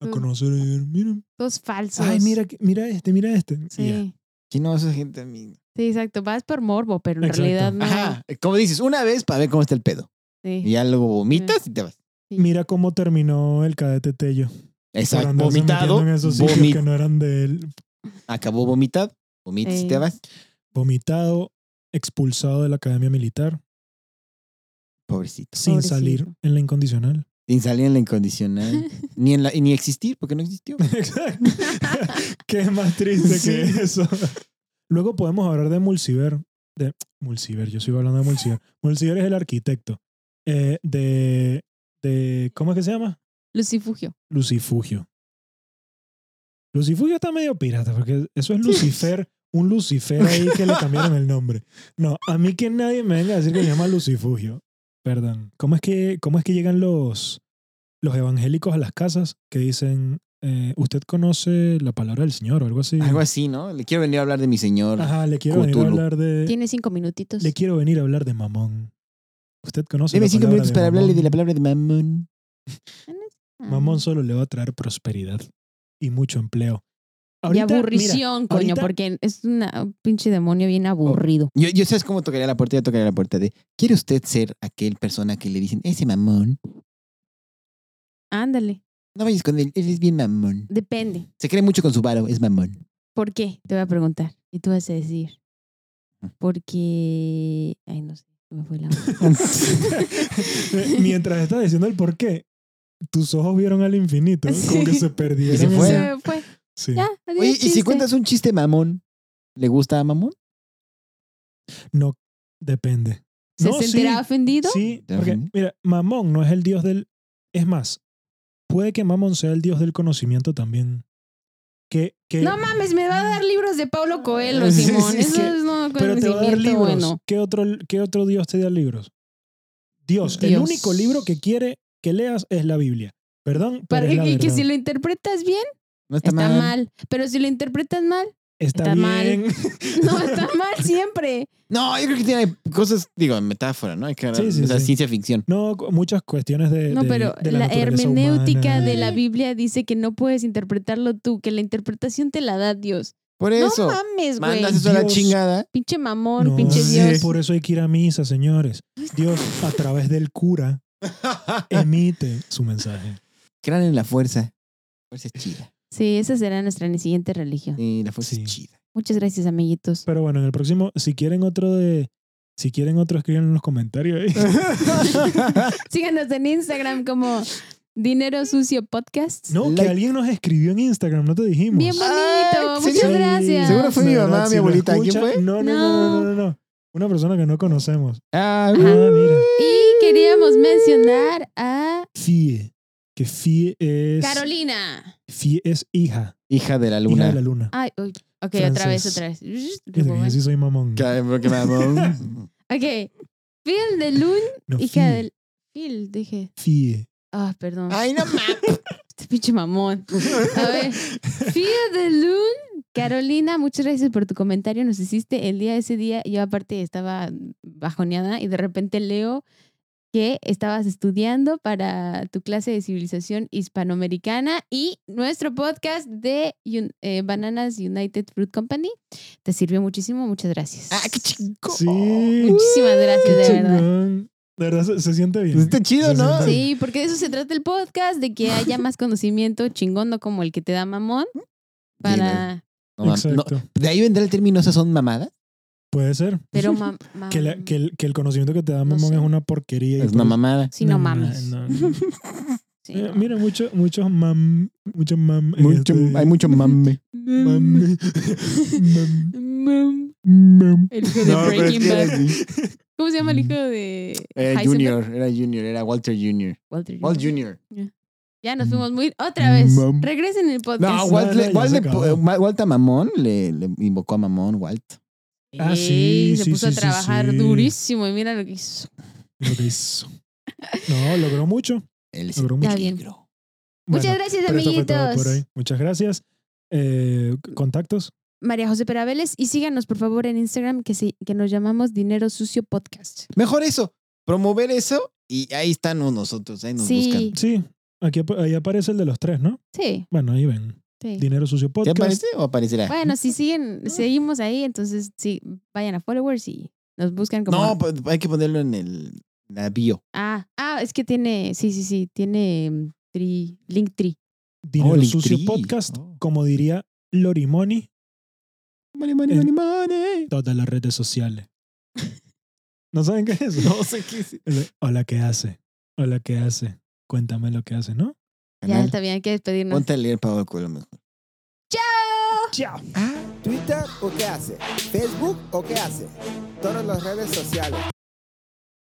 S1: a
S2: Mm.
S1: conocer a ver, miren.
S2: Todos falsos.
S1: Ay, mira, que- mira este, mira este. Y
S2: Sí.
S1: ya.
S3: Sí, no, esa gente a mí.
S2: Sí, exacto. Vas por morbo, pero en
S1: Exacto.
S2: realidad no.
S3: Ajá. Como dices, una vez para ver cómo está el pedo.
S2: Sí.
S3: Y ya luego vomitas y te vas.
S1: Mira cómo terminó el cadete Tello. Por
S3: Exacto.
S1: andarse
S3: Vomitado.
S1: metiendo En esos sitios
S3: vomi-
S1: que no eran de él.
S3: Acabó vomitado. Vomitas
S2: Sí.
S3: y te vas.
S1: Vomitado, expulsado de la academia militar,
S3: Pobrecito.
S1: sin
S2: Pobrecito.
S1: salir en la incondicional. *laughs*
S3: Sin salir en
S2: *laughs*
S3: la incondicional. ni, en la, y ni existir, porque no existió.
S1: Exacto. Qué más triste
S3: Sí.
S1: que eso. Luego podemos hablar de Mulciber. De Mulciber, yo sigo hablando de Mulciber. Mulciber es el arquitecto. eh, de, de. ¿Cómo es que se llama?
S2: Lucifugio.
S1: Lucifugio. Lucifugio está medio pirata, porque eso es Lucifer, un Lucifer ahí que le cambiaron el nombre. No, a mí que nadie me venga a decir que se llama Lucifugio. Perdón. ¿Cómo es que, cómo es que llegan los, los evangélicos a las casas que dicen, eh, usted conoce la palabra del Señor o algo así?
S3: Algo así, ¿no? Le quiero venir a hablar de mi señor.
S1: Ajá, le quiero venir a
S3: Cthulhu.
S1: hablar de.
S2: Tiene cinco minutitos.
S1: Le quiero venir a hablar de mamón. ¿Usted conoce
S3: Deme
S1: la
S3: cinco
S1: palabra
S3: minutos
S1: de
S3: para hablarle de
S1: mamón?
S3: la palabra de mamón.
S2: Ah.
S1: Mamón solo le va a traer prosperidad y mucho empleo.
S2: Y
S1: Ahorita, mira,
S2: aburrición, coño,
S1: ahorita-
S2: porque es una- un pinche demonio bien aburrido.
S3: Yo, yo sabes cómo tocaría la puerta, yo tocaría la puerta de ¿Quiere usted ser aquel persona que le dicen ese mamón?
S2: Ándale.
S3: No vayas con él, él es bien mamón.
S2: Depende.
S3: Se cree mucho con su varo,
S2: *laughs*
S3: es mamón.
S2: ¿Por qué? Te voy a preguntar. Y tú vas a decir.
S1: Mm.
S2: Porque.
S1: *laughs*
S2: Ay, no sé. se Me fue la. onda.
S1: Eh, Mientras estás diciendo el por qué, tus ojos vieron al infinito, como que
S2: Sí.
S1: se perdieron.
S3: Y se fue.
S1: ese-
S2: Se fue.
S1: sí.
S2: Ya, adiós,
S3: Oye, y si
S2: chiste.
S3: cuentas un chiste mamón, ¿le gusta a mamón?
S1: No, depende.
S2: ¿Se
S1: No,
S2: sentirá
S1: sí,
S2: ofendido?
S1: Sí,
S3: ¿Te
S1: porque
S3: ofendí?
S1: mira, Mamón no es el dios del... Es más, puede que Mamón sea el dios del conocimiento también. Que, que,
S2: No mames, me va a dar libros de Paulo Coelho,
S3: Sí, sí,
S2: Simón.
S3: sí,
S2: Eso
S3: sí.
S2: es no
S1: pero te va a dar
S2: conocimiento
S1: libros.
S2: bueno.
S1: ¿Qué, otro, ¿Qué otro dios te da libros? Dios, el
S2: Dios.
S1: único libro que quiere que leas es la Biblia. Perdón, pero
S2: Para-
S1: es la
S2: y que
S1: verdad.
S2: si lo interpretas bien,
S3: No está,
S2: está
S3: mal.
S2: mal. Pero si lo
S1: *laughs*
S2: interpretas mal, *laughs*
S1: está,
S2: está mal.
S1: bien.
S2: no, está mal siempre.
S3: No, yo creo que tiene cosas, digo, metáfora, ¿no? Hay que
S1: Sí, sí,
S3: o sea,
S1: sí.
S3: ciencia ficción.
S1: No, cu- muchas cuestiones de.
S2: No,
S1: del-
S2: pero
S1: de la,
S2: la,
S1: naturaleza
S2: hermenéutica
S1: humana.
S2: de la Biblia dice que no puedes interpretarlo tú, que la interpretación te la da Dios.
S3: Por eso,
S2: no mames, güey.
S3: mandas eso a la
S1: Dios.
S3: chingada.
S2: Pinche mamón,
S1: No,
S2: pinche
S1: sí,
S2: Dios.
S1: Por eso hay que ir a misa, señores. Dios, a través del cura, emite su mensaje.
S3: Crean en la fuerza. La fuerza es chida.
S2: Sí, esa será nuestra siguiente religión.
S3: Sí, la fuerza
S1: Sí.
S3: es chida.
S2: Muchas gracias, amiguitos. *laughs*
S1: Pero bueno, en el próximo, si quieren otro de. Si quieren otro, escriban en los comentarios. ¿eh? ahí.
S3: *laughs*
S2: Síganos en Instagram como Dinero Sucio Podcast.
S1: No, que
S3: Like.
S1: alguien nos escribió en Instagram, no te dijimos.
S2: Bien bonito,
S3: Ay,
S2: muchas
S3: señor.
S2: gracias.
S3: Seguro fue mi
S1: No, no,
S3: mamá, mi
S1: lo
S3: abuelita. ¿Quién fue?
S1: No, no, no, no,
S2: No.
S1: no, no. Una persona que no conocemos.
S3: Ah,
S2: Ajá.
S1: Ah, mira.
S2: Y queríamos mencionar a
S1: Fie. Que Fie es.
S2: Carolina.
S1: Fie es hija.
S3: Hija de la
S1: Hija
S3: luna.
S1: de la luna.
S2: Ay, uy. ok, otra
S1: Francés.
S2: vez, otra vez.
S1: Fíjate que yo sí soy mamón.
S3: Cae, bro,
S2: *laughs*
S3: qué mamón.
S2: Ok. Phil de Lun,
S1: No,
S2: hija
S1: Fie.
S2: del. Phil, dije.
S1: Fie.
S2: Ah, perdón.
S3: Ay, no mames.
S2: Este pinche mamón. A ver. Phil de Lun, Carolina, muchas gracias por tu comentario. Nos hiciste el día de ese día. Yo, aparte, estaba bajoneada y de repente leo que estabas estudiando para tu clase de civilización hispanoamericana y nuestro podcast de Un- eh, Bananas United Fruit Company. Te sirvió muchísimo. Muchas gracias.
S3: Ah, qué chico.
S1: Sí.
S2: Muchísimas
S1: Qué
S2: gracias, Oh, de verdad.
S1: chingón. De verdad, se, se siente bien.
S3: Pues Está chido,
S1: Se
S3: ¿no?
S1: siente bien.
S2: Sí, porque de eso se trata el podcast, de que haya más conocimiento chingón, no como el que te da mamón, para...
S3: No mames, no.
S1: Exacto.
S3: De ahí vendrá el término, esas son mamadas.
S1: Puede ser. *laughs*
S2: Pero ma- ma-
S1: Que, la- que el, que el conocimiento que te da mamón
S2: sé.
S1: es una porquería. y
S3: Es una
S1: por-
S3: mamada.
S2: Si no, mames.
S1: no, no.
S2: *laughs* Sí,
S1: Eh,
S2: no.
S1: Mira, muchos muchos mam. Muchos mam. en
S3: Mucho-
S1: este-
S3: hay mucho mame.
S1: Mam.
S2: Mm,
S1: mam.
S2: mm,
S1: mam.
S2: El hijo *laughs* de
S3: No, pero es
S2: Breaking
S3: que era
S2: Bad.
S3: así.
S2: ¿Cómo se llama el hijo
S1: Eh,
S2: de
S3: Era
S2: Heisenberg?
S3: Junior, era Junior, era Walter Junior.
S2: Walter Jr.
S3: Walt Junior.
S2: Ya nos fuimos muy... Otra vez.
S3: Mam.
S2: Regresen el podcast.
S3: No,
S1: Mm, no,
S3: Walt,
S1: no,
S3: le-
S1: ya
S3: Walt
S1: se
S3: le-
S1: acabó.
S3: Ma- Walt a Mamón le, le invocó a Mamón, Walt.
S1: Ah,
S2: Ey,
S1: sí,
S2: Se
S1: sí, sí,
S2: puso a
S1: sí,
S2: trabajar
S1: sí.
S2: durísimo y mira lo que hizo.
S1: Lo que hizo. No, logró mucho.
S3: Él es
S1: Logró
S3: el
S1: mucho.
S2: Está bien.
S3: negro.
S2: Muchas
S1: Bueno,
S2: gracias,
S1: pero esto fue
S2: amiguitos.
S1: todo por hoy. Muchas gracias. Eh, contactos.
S2: María José Peraveles y síganos por favor en Instagram que, se- que nos llamamos Dinero Sucio Podcast.
S3: Mejor eso, promover eso y ahí estamos nosotros, ahí nos
S2: Sí,
S3: buscan.
S1: Sí, aquí ap- ahí aparece el de los tres, ¿no?
S2: sí,
S1: Bueno, ahí ven.
S2: sí.
S1: Dinero Sucio
S3: ¿Ya
S1: Podcast.
S3: aparece o aparecerá?
S2: Bueno, si siguen, seguimos ahí, entonces sí, vayan a followers y nos buscan como.
S3: no, pues, hay que ponerlo en el la bio.
S2: Ah, ah, es que tiene, sí, sí, sí, tiene mm, tri, link tree.
S1: Dinero
S3: Oh, Linktree.
S1: Sucio Podcast.
S3: Oh.
S1: Como diría Lorimoni,
S3: Money, money,
S1: En-
S3: money, money.
S1: todas las redes sociales. ¿No saben qué es
S3: *laughs*
S1: eso?
S3: *laughs* No sé qué es.
S1: El- Hola, ¿qué hace? Hola, ¿qué hace? Cuéntame lo que hace, ¿no?
S2: Ya
S3: Canal.
S2: está bien, hay que despedirnos.
S3: Ponte a leer Pablo Coelho mejor.
S1: Chao.
S5: Twitter o qué hace, Facebook o qué hace, todas las redes sociales.